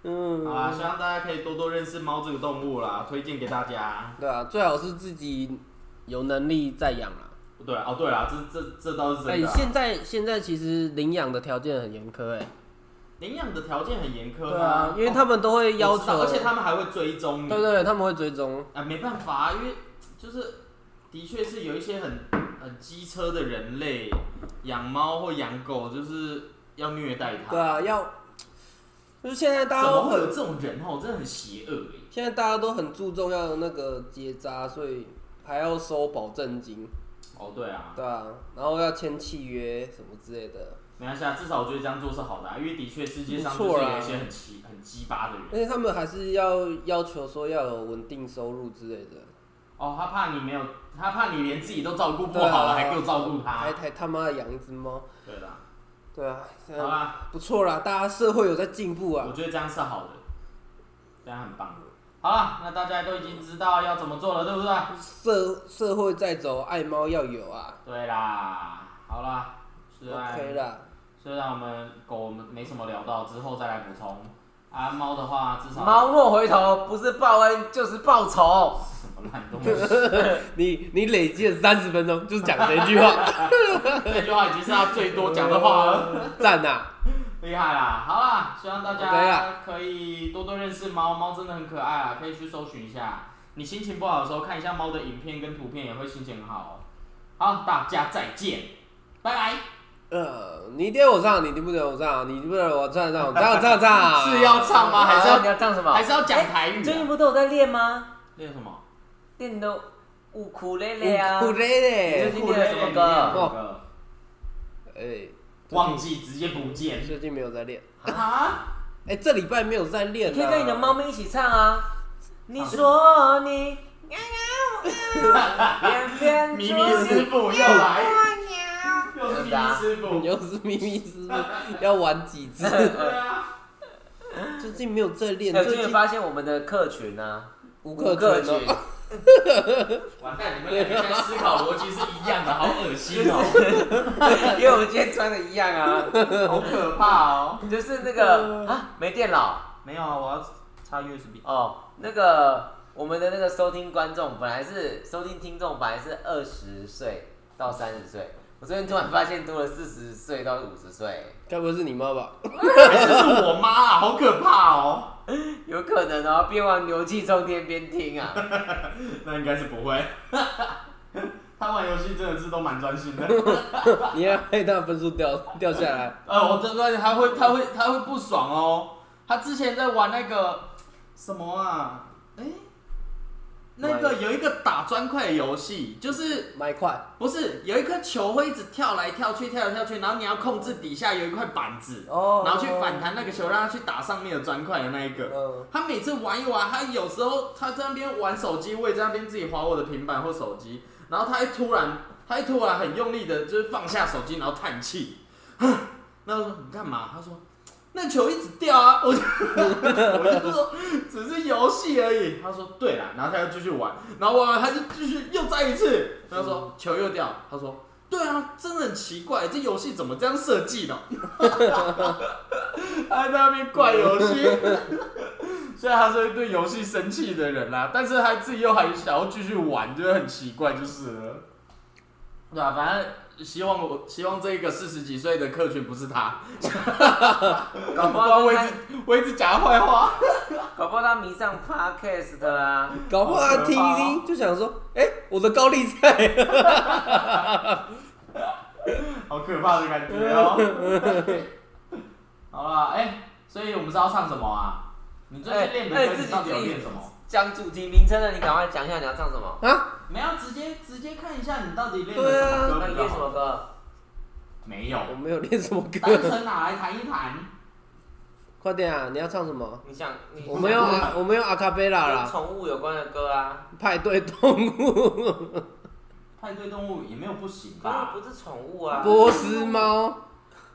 [SPEAKER 1] 嗯，
[SPEAKER 3] 啦，希望大家可以多多认识猫这个动物啦，推荐给大家。
[SPEAKER 1] 对啊，最好是自己有能力再养啦。
[SPEAKER 3] 对啊哦，对啦，这这这倒是
[SPEAKER 1] 哎、
[SPEAKER 3] 真的啊。
[SPEAKER 1] 现在现在其实领养的条件很严苛哎、
[SPEAKER 3] 领养的条件很严苛
[SPEAKER 1] 对
[SPEAKER 3] 吗
[SPEAKER 1] 啊，哦因为他们都会要
[SPEAKER 3] 我知道
[SPEAKER 1] 求，
[SPEAKER 3] 而且他们还会追踪你。
[SPEAKER 1] 对对对，他们会追踪，
[SPEAKER 3] 啊，没办法啊，因为就是的确是有一些很很机车的人类，养猫或养狗就是要虐待它。
[SPEAKER 1] 对啊，要就是现在大
[SPEAKER 3] 怎
[SPEAKER 1] 家都
[SPEAKER 3] 么会有
[SPEAKER 1] 很
[SPEAKER 3] 这种人哦？真的很邪恶哎、
[SPEAKER 1] 现在大家都很注重要那个结扎，所以还要收保证金，
[SPEAKER 3] 哦，对啊，
[SPEAKER 1] 对啊，然后要签契约什么之类的，
[SPEAKER 3] 没关系啊，至少我觉得这样做是好的、啊，因为的确世界上
[SPEAKER 1] 不
[SPEAKER 3] 就
[SPEAKER 1] 错
[SPEAKER 3] 是
[SPEAKER 1] 啦
[SPEAKER 3] 有一些很奇很鸡巴的人
[SPEAKER 1] 而。且他们还是要要求说要有稳定收入之类的，
[SPEAKER 3] 哦，他怕你没有，他怕你连自己都照顾不
[SPEAKER 1] 对啊
[SPEAKER 3] 好了，还给我照顾他
[SPEAKER 1] 还。还他妈的养一只猫，
[SPEAKER 3] 对啦，
[SPEAKER 1] 对啊，现
[SPEAKER 3] 好
[SPEAKER 1] 在
[SPEAKER 3] 啦，
[SPEAKER 1] 不错啦，大家社会有在进步
[SPEAKER 3] 我
[SPEAKER 1] 啊，
[SPEAKER 3] 觉得这样是好的，这样很棒。好啦，那大家都已经知道要怎么做了，对不对？
[SPEAKER 1] 社社会在走，爱猫要有啊
[SPEAKER 3] 对啦，好啦，虽然
[SPEAKER 1] ，OK 啦。
[SPEAKER 3] 虽然我们狗我们没什么聊到，之后再来补充。啊，猫的话至少
[SPEAKER 2] 猫若回头，不是报恩就是报仇。
[SPEAKER 3] 什么烂东西，
[SPEAKER 1] 你你累计了三十分钟，就是讲这 句话，
[SPEAKER 3] 这句啊话已经是他最多讲的话了，
[SPEAKER 1] 赞呐、
[SPEAKER 3] 厉害啦！好啦，希望大
[SPEAKER 1] OK
[SPEAKER 3] 家
[SPEAKER 2] 啊
[SPEAKER 1] 啦
[SPEAKER 3] 可以多多认识猫，猫真的很可爱啊，可以去搜寻一下。你心情不好的时候看一下猫的影片跟图片，也会心情很好哦。好，大家再见，拜拜。
[SPEAKER 1] 呃，你点我上，你听不懂我上，你不懂我唱上，我唱唱唱，
[SPEAKER 3] 是要唱吗？还是
[SPEAKER 2] 啊你
[SPEAKER 3] 要
[SPEAKER 2] 要唱什么
[SPEAKER 3] 还？是要讲台语
[SPEAKER 2] 最近
[SPEAKER 3] 啊？
[SPEAKER 2] 不都有在练吗？
[SPEAKER 3] 练什么？
[SPEAKER 2] 练的乌库雷雷啊，
[SPEAKER 1] 乌雷
[SPEAKER 2] 最
[SPEAKER 1] 嘞，
[SPEAKER 2] 近练了什么歌？
[SPEAKER 3] 哦，
[SPEAKER 1] 哎，
[SPEAKER 3] 忘记直接不见
[SPEAKER 1] 最近没有在练，
[SPEAKER 3] 啊！
[SPEAKER 1] 哎，这礼拜没有在练
[SPEAKER 2] 你可
[SPEAKER 1] 啊，
[SPEAKER 2] 以跟你的猫咪一起唱啊。你说你偏偏
[SPEAKER 3] 咪咪师傅又来，又是咪咪师傅，
[SPEAKER 1] 又是咪咪 师傅，要玩几次？
[SPEAKER 3] 对啊，
[SPEAKER 1] 最近没有在练，
[SPEAKER 2] 有
[SPEAKER 1] 最
[SPEAKER 2] 最近
[SPEAKER 1] 近
[SPEAKER 2] 发现我们的客群啊，
[SPEAKER 1] 无
[SPEAKER 2] 顾
[SPEAKER 1] 课
[SPEAKER 2] 客
[SPEAKER 1] 全
[SPEAKER 2] 群
[SPEAKER 1] 哦，
[SPEAKER 3] 完蛋，你们两个现在思考逻辑是一样的，好恶心哦，
[SPEAKER 2] 因为我们今天穿的一样啊，
[SPEAKER 3] 好可怕哦！
[SPEAKER 2] 你就是那 个啊没电脑
[SPEAKER 3] 没有啊，我要插 USB。
[SPEAKER 2] 哦，那个我们的那个收听观众本来是收听听众本来是二十岁到三十岁，我最近突然发现多了四十岁到五十岁，
[SPEAKER 1] 该不会是你妈吧？
[SPEAKER 3] 还是是我妈啊，好可怕哦！
[SPEAKER 2] 有可能哦，边玩牛气冲天边听啊。
[SPEAKER 3] 那应该是不会。 他玩游戏真的是都蛮专心的，
[SPEAKER 1] 你要害他分数掉掉下来，
[SPEAKER 3] 呃，我这个他会他会他会不爽哦。他之前在玩那个什么啊？哎、那个有一个打砖块的游戏，就是
[SPEAKER 1] 买快
[SPEAKER 3] 不是有一颗球会一直跳来跳去，跳来跳去，然后你要控制底下有一块板子，
[SPEAKER 1] 哦
[SPEAKER 3] 然后去反弹那个球，让它去打上面的砖块的那一个。
[SPEAKER 1] 嗯
[SPEAKER 3] 他每次玩一玩，他有时候他在那边玩手机，我也在那边自己划我的平板或手机，然后他会突然，他会突然很用力的，就是放下手机，然后叹气。 那我说你干嘛？他说那球一直掉啊， 我就我就说只是游戏而已。他说对啦，然后他又继续玩，然后玩完他就继续又再一次，他说球又掉，他说。对啊，真的很奇怪，这游戏怎么这样设计 的？他还在那边怪游戏，虽然他是对游戏生气的人啦，但是他自己又还想要继续玩，就是很奇怪，就是了。对啊，反正希望我希望这个四十几岁的客群不是 他，
[SPEAKER 2] 搞不
[SPEAKER 3] 不然
[SPEAKER 2] 好
[SPEAKER 3] 我一
[SPEAKER 2] 他
[SPEAKER 3] 直我一直讲他坏话。
[SPEAKER 2] 搞不好他迷上 podcast 啊啦、
[SPEAKER 1] 搞不好他听一听就想说，哎、我的高利贷了，
[SPEAKER 3] 好可怕的感觉哦。 好啦，哎、所以我们是要唱什么啊？你最近练的
[SPEAKER 2] 哎哎
[SPEAKER 3] 歌，你到底有
[SPEAKER 2] 自己
[SPEAKER 3] 练什么？
[SPEAKER 2] 讲主题名称的，你赶快讲一下你要唱什么？
[SPEAKER 1] 啊
[SPEAKER 3] 没有，直接直接看一下你到底练
[SPEAKER 1] 对
[SPEAKER 3] 了
[SPEAKER 1] 啊
[SPEAKER 3] 什么
[SPEAKER 2] 那
[SPEAKER 3] 歌
[SPEAKER 2] 你
[SPEAKER 3] 比较
[SPEAKER 2] 练什
[SPEAKER 3] 好。
[SPEAKER 2] 么歌？
[SPEAKER 3] 没有，
[SPEAKER 1] 我没有练什么
[SPEAKER 3] 单
[SPEAKER 1] 歌，
[SPEAKER 3] 纯拿来弹一弹。
[SPEAKER 1] 快点啊！你要唱什么？
[SPEAKER 2] 你想，你
[SPEAKER 1] 我啊们用啊我们用阿卡贝拉
[SPEAKER 2] 跟
[SPEAKER 1] 啦，
[SPEAKER 2] 宠物有关的歌啊？
[SPEAKER 1] 派对动物，
[SPEAKER 3] 派对动物也没有不行
[SPEAKER 2] 可是
[SPEAKER 3] 吧？
[SPEAKER 2] 不是宠物啊。
[SPEAKER 1] 波斯猫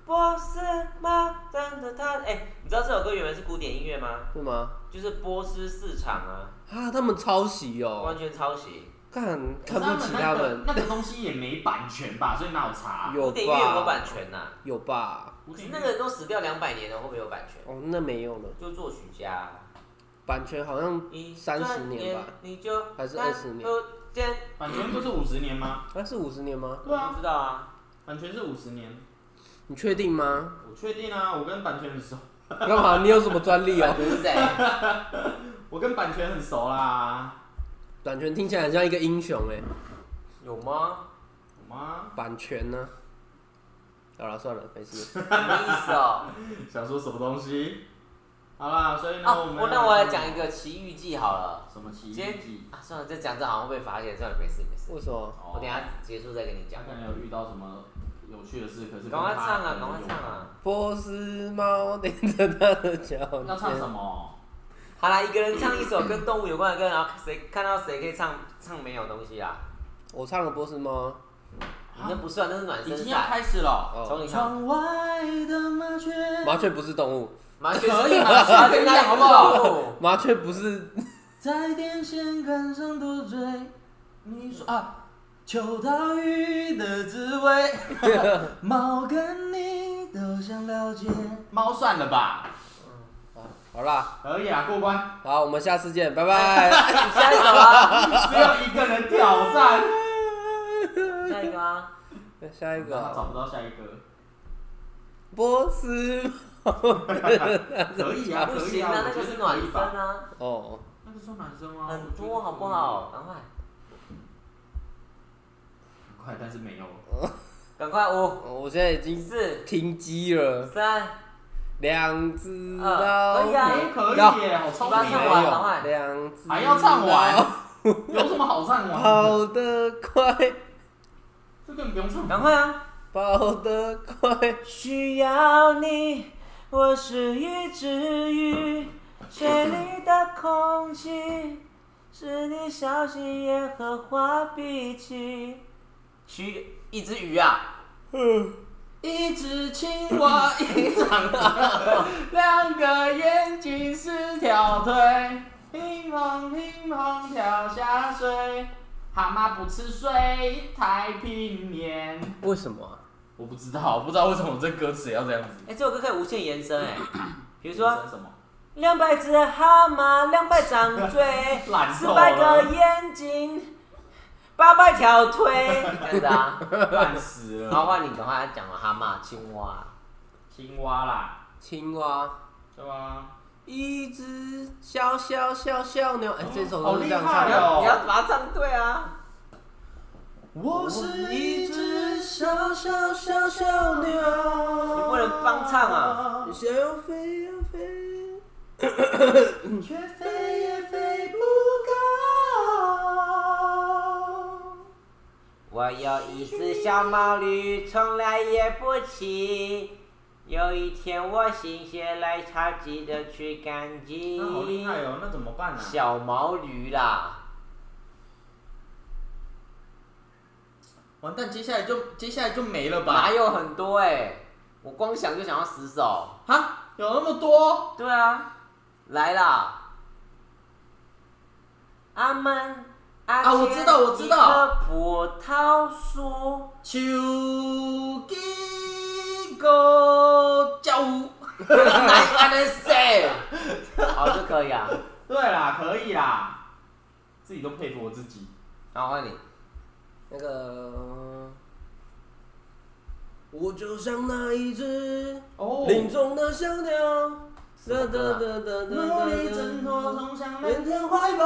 [SPEAKER 2] 波斯猫真的它，哎、你知道这首歌原来是古典音乐吗？
[SPEAKER 1] 是吗？
[SPEAKER 2] 就是波斯市场啊，
[SPEAKER 1] 啊，他们抄袭哦、
[SPEAKER 2] 完全抄袭。
[SPEAKER 1] 看
[SPEAKER 3] 可是
[SPEAKER 1] 看不起他们，
[SPEAKER 3] 那个那个东西也没版权吧，所以哪有查？啊
[SPEAKER 2] 古
[SPEAKER 1] 有
[SPEAKER 2] 典音乐有没有版
[SPEAKER 1] 吧？
[SPEAKER 2] 权呐、
[SPEAKER 1] 有吧？
[SPEAKER 2] 可是那个人都死掉两百年了，会不会有版权？
[SPEAKER 1] 哦，那没有了，
[SPEAKER 2] 就作曲家啊、
[SPEAKER 1] 版权好像
[SPEAKER 2] 一
[SPEAKER 1] 30年吧，
[SPEAKER 2] 你就
[SPEAKER 1] 还是20年
[SPEAKER 2] 都这样
[SPEAKER 3] 版权不是五十年吗？
[SPEAKER 1] 那、哎是五十年吗？
[SPEAKER 3] 对
[SPEAKER 2] 不
[SPEAKER 3] 啊，
[SPEAKER 2] 知道啊。
[SPEAKER 3] 版权是五十年，
[SPEAKER 1] 你确定吗？
[SPEAKER 3] 我确定啊，我跟版权很熟，
[SPEAKER 1] 干嘛？你有什么专利哦、
[SPEAKER 2] 不是谁？
[SPEAKER 3] 我跟版权很熟啦。
[SPEAKER 1] 版权听起来很像一个英雄哎、
[SPEAKER 2] 有吗？
[SPEAKER 3] 我吗？
[SPEAKER 1] 版权呢？好了，算了，没事。
[SPEAKER 2] 什么意思哦？
[SPEAKER 3] 想说什么东西？好啦，所以呢，
[SPEAKER 2] 哦，
[SPEAKER 3] 们
[SPEAKER 2] 我那我来讲一个《奇遇记》好了。
[SPEAKER 3] 什么奇遇
[SPEAKER 2] 今天
[SPEAKER 3] 记？
[SPEAKER 2] 啊，算了，这讲这好像会被罚钱，算了，没事没事。
[SPEAKER 1] 为什么？
[SPEAKER 3] 哦
[SPEAKER 2] 我等一下结束再跟你讲
[SPEAKER 3] 他。可能哦有遇到什么有趣的事，可是
[SPEAKER 2] 赶快
[SPEAKER 3] 跟他
[SPEAKER 2] 唱啊，
[SPEAKER 3] 可能
[SPEAKER 2] 赶快
[SPEAKER 3] 有
[SPEAKER 2] 唱！啊！
[SPEAKER 1] 波斯猫 连着它的脚尖。
[SPEAKER 3] 要唱什么？
[SPEAKER 2] 好啦，一个人唱一首跟动物有关的歌，然后谁看到谁可以唱唱没有东西啊？
[SPEAKER 1] 我唱了波斯猫。
[SPEAKER 2] 你那不算，那是暖
[SPEAKER 3] 啊已
[SPEAKER 2] 身
[SPEAKER 3] 经要
[SPEAKER 2] 赛。
[SPEAKER 3] 开始了。啊
[SPEAKER 1] 哦
[SPEAKER 2] 从你
[SPEAKER 3] 窗
[SPEAKER 2] 唱，
[SPEAKER 3] 外的麻雀，
[SPEAKER 1] 麻雀不是动物，
[SPEAKER 2] 麻雀
[SPEAKER 3] 可以啊吗
[SPEAKER 2] 麻雀哪里好不好？
[SPEAKER 1] 麻雀 不是
[SPEAKER 3] 在电线杆上多醉。你说啊，秋刀鱼的滋 味，猫跟你都想了解。猫算了吧，
[SPEAKER 1] 好啦，
[SPEAKER 3] 可以啊，过 关。
[SPEAKER 1] 好，我们下次见，拜拜。
[SPEAKER 2] 你下一首啊，
[SPEAKER 3] 只有一个人挑战。
[SPEAKER 2] 下一个啊，
[SPEAKER 1] 下一个
[SPEAKER 3] 他找
[SPEAKER 1] 啊，
[SPEAKER 3] 不到下一个，
[SPEAKER 1] 波斯
[SPEAKER 3] 可以啊，
[SPEAKER 2] 不
[SPEAKER 3] 可以
[SPEAKER 2] 行
[SPEAKER 3] 啊，
[SPEAKER 2] 啊，
[SPEAKER 3] 我觉
[SPEAKER 2] 那个
[SPEAKER 3] 得
[SPEAKER 2] 是
[SPEAKER 3] 可
[SPEAKER 2] 暖
[SPEAKER 3] 以
[SPEAKER 2] 身
[SPEAKER 3] 吧？
[SPEAKER 2] 啊。
[SPEAKER 1] 哦，
[SPEAKER 3] 那个是暖身吗？
[SPEAKER 2] 很多好不好？？赶快，
[SPEAKER 3] 很快，但是没有。
[SPEAKER 2] 赶快五
[SPEAKER 1] 我现在已经
[SPEAKER 2] 四
[SPEAKER 1] 停机了，
[SPEAKER 2] 三，
[SPEAKER 1] 两只
[SPEAKER 2] 啊
[SPEAKER 1] 猫
[SPEAKER 2] 可以啊
[SPEAKER 3] 哎，可以耶，好聪
[SPEAKER 2] 把它
[SPEAKER 3] 明
[SPEAKER 2] 唱
[SPEAKER 1] 没
[SPEAKER 2] 完
[SPEAKER 3] 哦！
[SPEAKER 2] 赶快
[SPEAKER 1] 有，两只
[SPEAKER 3] 还要唱完
[SPEAKER 1] 猫
[SPEAKER 3] 有什么好唱吗？
[SPEAKER 1] 跑得快，
[SPEAKER 3] 这根本不用唱。
[SPEAKER 2] 赶快啊！
[SPEAKER 1] 跑得快，
[SPEAKER 2] 需要你，我是一只鱼，水里的空气是你小心眼和坏脾气。需一只鱼啊！
[SPEAKER 3] 一只青蛙，一张大，两个眼睛是条腿，乒乓乒乓跳下水。蛤蟆不吃水，太平年。
[SPEAKER 1] 为什么、啊？
[SPEAKER 3] 我不知道，我不知道为什么这歌词要这样子。
[SPEAKER 2] 哎、这首歌可以无限延伸哎、比如
[SPEAKER 3] 你
[SPEAKER 2] 说
[SPEAKER 3] 什么？
[SPEAKER 2] 两百只蛤蟆，两百张 嘴
[SPEAKER 3] 懒，
[SPEAKER 2] 四
[SPEAKER 3] 透
[SPEAKER 2] 百
[SPEAKER 3] 了
[SPEAKER 2] 个眼睛，八百条 腿，这样子啊。
[SPEAKER 3] 烂死
[SPEAKER 2] 然后
[SPEAKER 3] 了。
[SPEAKER 2] 换你赶快讲了蛤蟆、青蛙，
[SPEAKER 3] 青蛙啦，
[SPEAKER 1] 青蛙，
[SPEAKER 3] 对吗？
[SPEAKER 1] 一只小小小小鸟。哎、这首
[SPEAKER 3] 好
[SPEAKER 1] 歌是
[SPEAKER 3] 厉
[SPEAKER 1] 这样
[SPEAKER 3] 害
[SPEAKER 1] 唱
[SPEAKER 2] 你
[SPEAKER 1] 的。
[SPEAKER 3] 哦
[SPEAKER 2] 要你要把它唱对啊。
[SPEAKER 3] 我
[SPEAKER 1] 是一只小小小小
[SPEAKER 2] 你
[SPEAKER 1] 鸟，
[SPEAKER 2] 不能帮唱啊。
[SPEAKER 1] 想要飞呀飞，
[SPEAKER 3] 却飞也飞不高。
[SPEAKER 2] 我有一只小毛驴，从来也不骑。有一天我心血来潮，记得去赶集。
[SPEAKER 3] 那好厉害哦，那怎么办啊？
[SPEAKER 2] 小毛驴啦，
[SPEAKER 3] 完蛋，接下来就接下来就没了吧
[SPEAKER 2] 嗯哪？有很多哎、我光想就想要十首。
[SPEAKER 3] 啊，有那么多？
[SPEAKER 2] 对啊，来啦！阿门阿
[SPEAKER 3] 啊我知道我知道
[SPEAKER 2] 一棵葡萄树，
[SPEAKER 3] 秋鸡狗叫。
[SPEAKER 2] 来阿能谁？好，这可以啊。
[SPEAKER 3] 对啦，可以啦，自己都佩服我自己。
[SPEAKER 2] 然后换你，
[SPEAKER 1] 那个，我就像那一只
[SPEAKER 3] 哦
[SPEAKER 1] 林中的小鸟，哒哒哒哒哒
[SPEAKER 3] 努
[SPEAKER 1] 哒
[SPEAKER 3] 力挣脱，
[SPEAKER 1] 哒
[SPEAKER 3] 总想蓝天怀抱。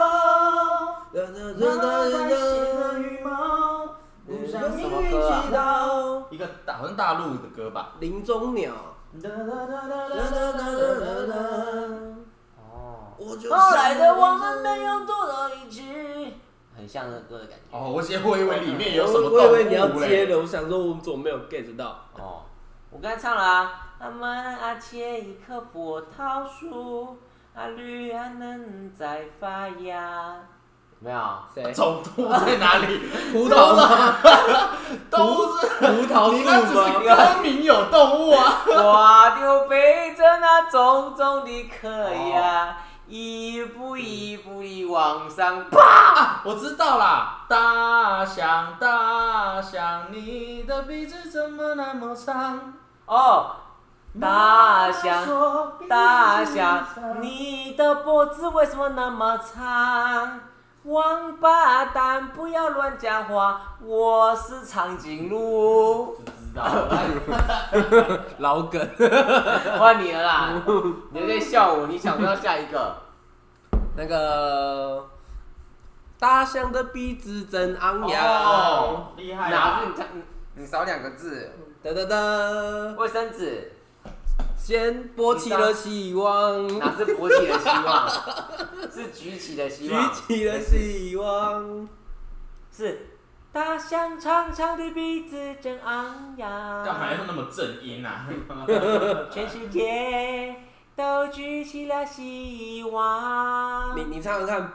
[SPEAKER 1] 哒哒
[SPEAKER 3] 那
[SPEAKER 1] 哒
[SPEAKER 3] 带血
[SPEAKER 1] 哒
[SPEAKER 3] 的
[SPEAKER 1] 哒。
[SPEAKER 3] 羽毛，不想命运祈祷。一个大好像大陆的歌吧。
[SPEAKER 1] 林中鸟，
[SPEAKER 3] 哒哒哒哒
[SPEAKER 1] 哒哒哒哒哒。
[SPEAKER 2] 哦，
[SPEAKER 1] 我就
[SPEAKER 2] 后来的我们没有走到一起，很像那歌的感觉。
[SPEAKER 3] 哦，我先我以为里面有什么
[SPEAKER 1] 我
[SPEAKER 3] 动物欸
[SPEAKER 1] 我以为你要接
[SPEAKER 3] 嘞
[SPEAKER 1] 的，我想说我们怎么没有 get 到？
[SPEAKER 2] 哦，我刚才唱了啊。阿门阿切一棵葡萄树，阿绿阿能在发芽。有没有？
[SPEAKER 1] 谁？
[SPEAKER 3] 总图在哪里？
[SPEAKER 1] 葡萄吗？
[SPEAKER 3] 都 是
[SPEAKER 1] 葡萄
[SPEAKER 3] 你那只
[SPEAKER 1] 树
[SPEAKER 3] 是
[SPEAKER 1] 吗？
[SPEAKER 3] 歌名有动物啊。
[SPEAKER 2] 我就背着那重重的壳呀，一步一步地往上爬。
[SPEAKER 3] 我知道啦，大象大象，你的鼻子怎么那么长？
[SPEAKER 2] 哦，大
[SPEAKER 3] 妈妈
[SPEAKER 2] 象，
[SPEAKER 3] 说鼻子
[SPEAKER 2] 大象
[SPEAKER 3] 长，
[SPEAKER 2] 你的脖子为什么那么长？王八蛋，不要乱讲话，我是长颈 鹿
[SPEAKER 3] 我。知道。
[SPEAKER 1] 老梗，
[SPEAKER 2] 换你了啦，你在笑我，你想不到下一个？
[SPEAKER 1] 那个大象的鼻子真昂扬，
[SPEAKER 3] 哦，厉害
[SPEAKER 2] 哪是
[SPEAKER 3] 啦！
[SPEAKER 2] 你唱？你少两个字，
[SPEAKER 1] 哒哒哒，
[SPEAKER 2] 卫生纸。
[SPEAKER 1] 先勃起了 希望，
[SPEAKER 2] 哪是勃起的希望？是举起的希
[SPEAKER 1] 举
[SPEAKER 2] 望。
[SPEAKER 1] 起了希望。
[SPEAKER 2] 是大象长长的鼻子真昂
[SPEAKER 3] 干嘛
[SPEAKER 2] 扬，
[SPEAKER 3] 要那么正音啊？
[SPEAKER 2] 全世界都举起了希望
[SPEAKER 1] 你。你唱唱看，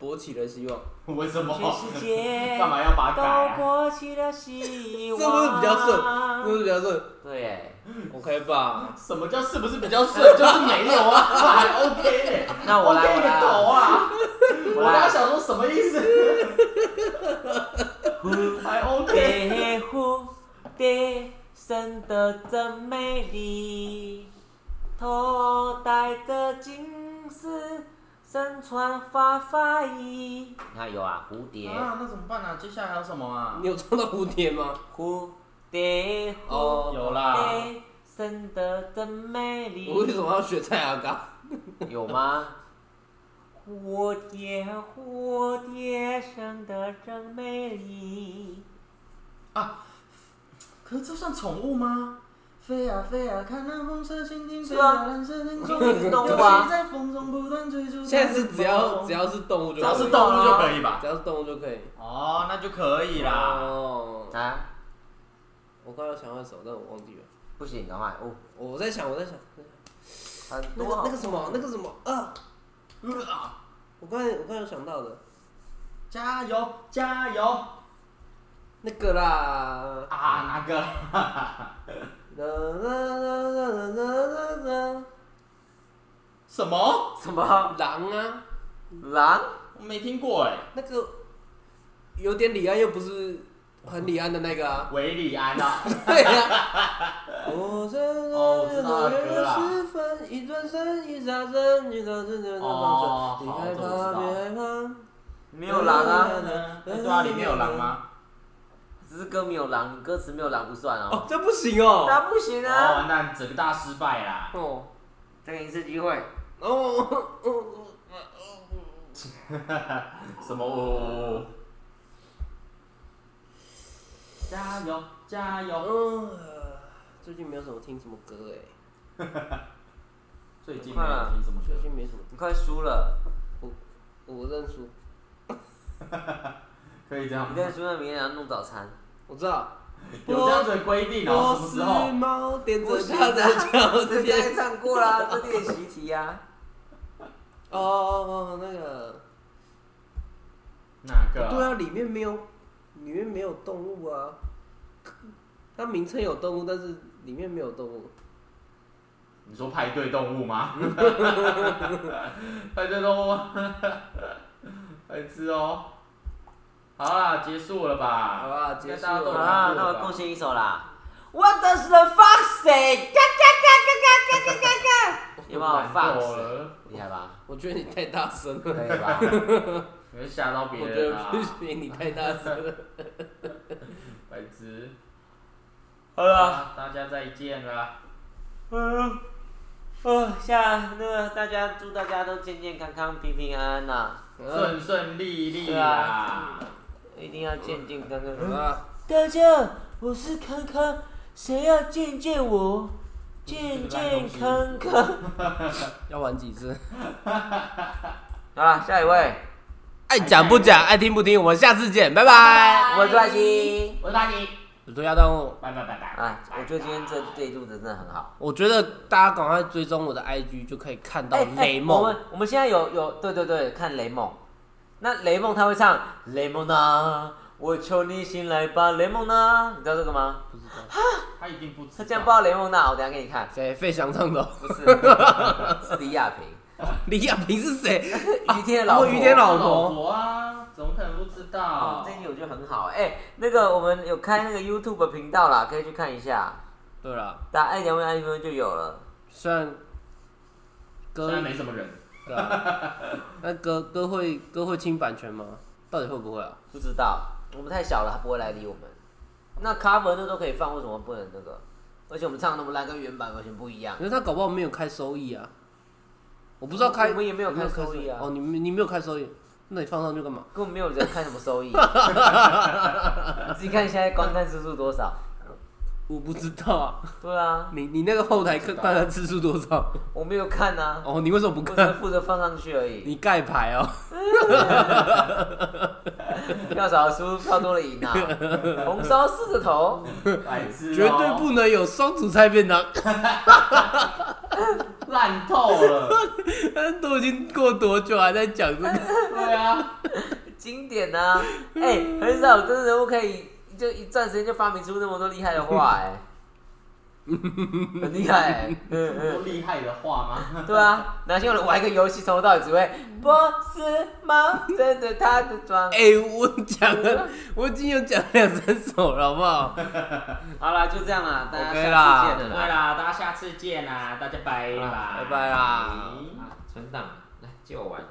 [SPEAKER 1] 勃起了希望，
[SPEAKER 3] 为什么？
[SPEAKER 2] 全世界
[SPEAKER 3] 干嘛要把它
[SPEAKER 2] 都
[SPEAKER 3] 改啊？
[SPEAKER 2] 勃起了希
[SPEAKER 1] 是
[SPEAKER 2] 望。
[SPEAKER 1] 不是比较顺？是不是比较顺
[SPEAKER 2] 对耶，
[SPEAKER 1] ？OK 吧？
[SPEAKER 3] 什么叫是不是比较顺？就是没有啊，还 OK 嘞。
[SPEAKER 2] 那我来
[SPEAKER 3] OK
[SPEAKER 2] 我来
[SPEAKER 3] 个
[SPEAKER 2] 啊
[SPEAKER 3] 狗啊！
[SPEAKER 2] 我
[SPEAKER 3] 我
[SPEAKER 2] 来
[SPEAKER 3] 刚想说什么意 思？还 OK。
[SPEAKER 2] 北湖的生得真美丽，头戴着金丝，身穿花发衣。
[SPEAKER 1] 哦
[SPEAKER 2] 你看有啊，蝴蝶，
[SPEAKER 3] 啊，那怎么办啊？接下来还有什么啊？
[SPEAKER 1] 你有唱到蝴 蝶吗？
[SPEAKER 2] 蝴蝶，
[SPEAKER 1] 哦
[SPEAKER 2] 蝴
[SPEAKER 3] 有啦，
[SPEAKER 2] 蝶生得真美丽。
[SPEAKER 1] 我为什么要学蔡阿 刚？
[SPEAKER 2] 有吗？蝴蝶，蝴蝶生得真美丽。
[SPEAKER 3] 可是这算宠物吗？飞啊飞啊，看那红色蜻蜓飞
[SPEAKER 2] 是啊
[SPEAKER 3] 啊，蓝色天空，
[SPEAKER 2] 是动物
[SPEAKER 3] 游
[SPEAKER 2] 啊
[SPEAKER 3] 戏在风中不断追逐。
[SPEAKER 1] 现在是只要只要是动物就
[SPEAKER 3] 只
[SPEAKER 1] 可以
[SPEAKER 3] 要是动物就可以吧？
[SPEAKER 1] 只要是动物就可以。
[SPEAKER 3] 哦，那就可以啦。
[SPEAKER 1] 哦，
[SPEAKER 2] 啊，
[SPEAKER 1] 我刚刚想到什么，但我忘记了。
[SPEAKER 2] 不行，赶快哦，
[SPEAKER 1] 我在想，我在想，
[SPEAKER 2] 很
[SPEAKER 1] 那
[SPEAKER 2] 多
[SPEAKER 1] 个
[SPEAKER 2] 好
[SPEAKER 1] 那个什么，那个什么啊，
[SPEAKER 3] 啊
[SPEAKER 1] 我刚才我刚才有想到的
[SPEAKER 3] 加油加油
[SPEAKER 1] 那个啦，
[SPEAKER 3] 啊！哪个？
[SPEAKER 1] 啦啦啦啦啦啦啦啦，
[SPEAKER 3] 什么？
[SPEAKER 2] 什么
[SPEAKER 1] 狼啊，
[SPEAKER 2] 狼？
[SPEAKER 3] 我没听过哎。
[SPEAKER 1] 那个有点李安又不是很李安的那个啊，
[SPEAKER 3] 维里安啊，
[SPEAKER 1] 对呀、我在
[SPEAKER 3] 哦我知道那歌啦
[SPEAKER 1] 十分，一转身，一眨身，一眨身，一眨
[SPEAKER 3] 哦
[SPEAKER 1] 身，你害
[SPEAKER 3] 好
[SPEAKER 1] 怕，
[SPEAKER 3] 这我
[SPEAKER 1] 别
[SPEAKER 3] 知
[SPEAKER 1] 害怕。
[SPEAKER 2] 没有狼啊，
[SPEAKER 3] 对啊，里面有狼吗？
[SPEAKER 2] 只是歌没有狼，歌词没有狼不算
[SPEAKER 1] 哦
[SPEAKER 2] 哦。，
[SPEAKER 1] 这不行哦。
[SPEAKER 2] 那不行
[SPEAKER 3] 哦，
[SPEAKER 2] 啊！
[SPEAKER 3] 完蛋，整个大失败啦！
[SPEAKER 1] 哦，
[SPEAKER 2] 再给你一次机会。
[SPEAKER 1] 哦，
[SPEAKER 3] 什么？哦加油加油！
[SPEAKER 1] 嗯，最近没有什么听什么歌哎，
[SPEAKER 3] 最近没有听什么
[SPEAKER 1] 最
[SPEAKER 3] 歌？
[SPEAKER 1] 近没什么，
[SPEAKER 2] 你快输了，
[SPEAKER 1] 我认输，
[SPEAKER 3] 可以这样吗？
[SPEAKER 2] 你再输了，明天要弄早餐。
[SPEAKER 1] 我知道。
[SPEAKER 3] 有这样子的规定哦？什么时
[SPEAKER 1] 我是
[SPEAKER 3] 候？
[SPEAKER 1] 猫踮
[SPEAKER 2] 不
[SPEAKER 1] 着
[SPEAKER 2] 行
[SPEAKER 1] 它的脚
[SPEAKER 2] 这刚才
[SPEAKER 1] 尖。
[SPEAKER 2] 唱过啦，这练习题啊。
[SPEAKER 1] 哦哦哦，那个，
[SPEAKER 3] 哪个？
[SPEAKER 1] 对啊，里面没有，里面没有动物啊。它名称有动物，但是里面没有动物。
[SPEAKER 3] 你说 派对动物吗？派对动物， 白痴哦！好啦，结束了吧？
[SPEAKER 1] 好啦
[SPEAKER 3] 应该
[SPEAKER 1] 结束
[SPEAKER 3] 大家都有
[SPEAKER 2] 好
[SPEAKER 3] 看过
[SPEAKER 2] 啦，那我
[SPEAKER 3] 吧
[SPEAKER 2] 贡献一首啦。What does the fox say？嘎嘎嘎嘎嘎嘎嘎嘎嘎。 有没有
[SPEAKER 3] 我懒惰
[SPEAKER 2] fox？
[SPEAKER 3] 了
[SPEAKER 2] 厉害吧？
[SPEAKER 1] 我觉得你太大声了，
[SPEAKER 2] 可以吧？
[SPEAKER 3] 你会吓到别
[SPEAKER 1] 我觉
[SPEAKER 3] 人
[SPEAKER 1] 得
[SPEAKER 3] 啊
[SPEAKER 1] 不！行，你太大声 了。
[SPEAKER 3] 白痴。
[SPEAKER 2] 好
[SPEAKER 3] 好
[SPEAKER 2] 了。
[SPEAKER 3] 啦，大家再见啦！
[SPEAKER 2] 嗯，哦，下那个大家祝大家都健健康康、平平安安呐、
[SPEAKER 3] 顺顺利利
[SPEAKER 2] 对
[SPEAKER 3] 啦
[SPEAKER 2] 啊！一定要健健康康。
[SPEAKER 1] 啊，
[SPEAKER 2] 大家，我是康康，谁要见见 我？健健康康。
[SPEAKER 1] 要玩几次？
[SPEAKER 2] 好啦，啊下一位，
[SPEAKER 1] 爱讲不讲，爱听不听，我们下次见，拜拜。
[SPEAKER 2] 我是爱心。
[SPEAKER 3] 我是大吉，
[SPEAKER 1] 啊我涂鸦动物，
[SPEAKER 3] 拜拜拜拜。
[SPEAKER 2] 啊，我觉得今天这这一路的真的很好。
[SPEAKER 1] 我觉得大家赶快追踪我的 IG 就可以看到雷
[SPEAKER 2] 哎我
[SPEAKER 1] 梦
[SPEAKER 2] 们。我们现在有有对对对，看雷梦。那雷梦他会唱雷梦呐，我求你醒来吧，雷梦呐，你知道这个吗？
[SPEAKER 1] 不知道
[SPEAKER 3] 他一定不知
[SPEAKER 2] 他
[SPEAKER 3] 道。
[SPEAKER 2] 竟然不知道雷梦娜，我等一下给你看。
[SPEAKER 1] 谁？费翔唱的哦。
[SPEAKER 2] 不是， 是李亚平，
[SPEAKER 1] 李亚平是谁？
[SPEAKER 2] 于天的老婆。
[SPEAKER 1] 哦于天老
[SPEAKER 3] 老婆啊，怎么可能不知
[SPEAKER 2] 哦
[SPEAKER 3] 道？
[SPEAKER 2] 这一集我觉得很好。哎、那个我们有开那个 YouTube 频道啦，可以去看一下，
[SPEAKER 1] 对了，
[SPEAKER 2] 打爱两位爱分就有了。
[SPEAKER 1] 虽然
[SPEAKER 3] 虽
[SPEAKER 1] 歌
[SPEAKER 3] 然没什么人，
[SPEAKER 1] 对啊，那歌歌会歌会侵版权吗？到底会不会啊？
[SPEAKER 2] 不知道，我们太小了，他不会来理我们。那 cover 那都可以放，为什么不能那个？而且我们唱的那么烂，跟原版完全不一样
[SPEAKER 1] 因。为他搞不好没有开收益啊。我不知道开，
[SPEAKER 2] 我们也没有开
[SPEAKER 1] 你
[SPEAKER 2] 收益啊
[SPEAKER 1] 哦，你们你没有开收益，那你放上去干嘛？
[SPEAKER 2] 根本没有人看什么收 益，你自己看现在观看次数多少？
[SPEAKER 1] 我不知道 啊。
[SPEAKER 2] 对啊，
[SPEAKER 1] 你你那个后台看
[SPEAKER 3] 不知道
[SPEAKER 1] 大家次数多少？
[SPEAKER 2] 我没有看啊，
[SPEAKER 1] 哦，你为什么不
[SPEAKER 2] 我只是
[SPEAKER 1] 看？
[SPEAKER 2] 负责放上去而已。
[SPEAKER 1] 你盖牌哦。
[SPEAKER 2] 票少输，票多了赢 啊！红烧狮子头，
[SPEAKER 3] 白痴、哦，
[SPEAKER 1] 绝对不能有双主菜便当，
[SPEAKER 3] 烂透 了。
[SPEAKER 1] 都已经过多久还在讲这哎个？
[SPEAKER 3] 对啊，
[SPEAKER 2] 经典啊！哎、很少有真人物可以就一段时间就发明出那么多厉害的话、 哎，很厉害、哎嗯
[SPEAKER 3] 多厉害的话吗？
[SPEAKER 2] 对啊，哪像我玩一个游戏，从头到尾只会波斯猫真的他的妆。
[SPEAKER 1] 哎、我讲了，我已经有讲两三首了，好不好？
[SPEAKER 2] 好啦，就这样啦，大家
[SPEAKER 1] OK
[SPEAKER 2] 下
[SPEAKER 1] 啦
[SPEAKER 2] 次
[SPEAKER 3] 对
[SPEAKER 2] 见了啦，
[SPEAKER 3] 啦，大家
[SPEAKER 2] 啊
[SPEAKER 3] 啊下次见啦，大家拜拜，
[SPEAKER 1] 拜拜啦
[SPEAKER 3] 嗯
[SPEAKER 2] 存档来借我玩。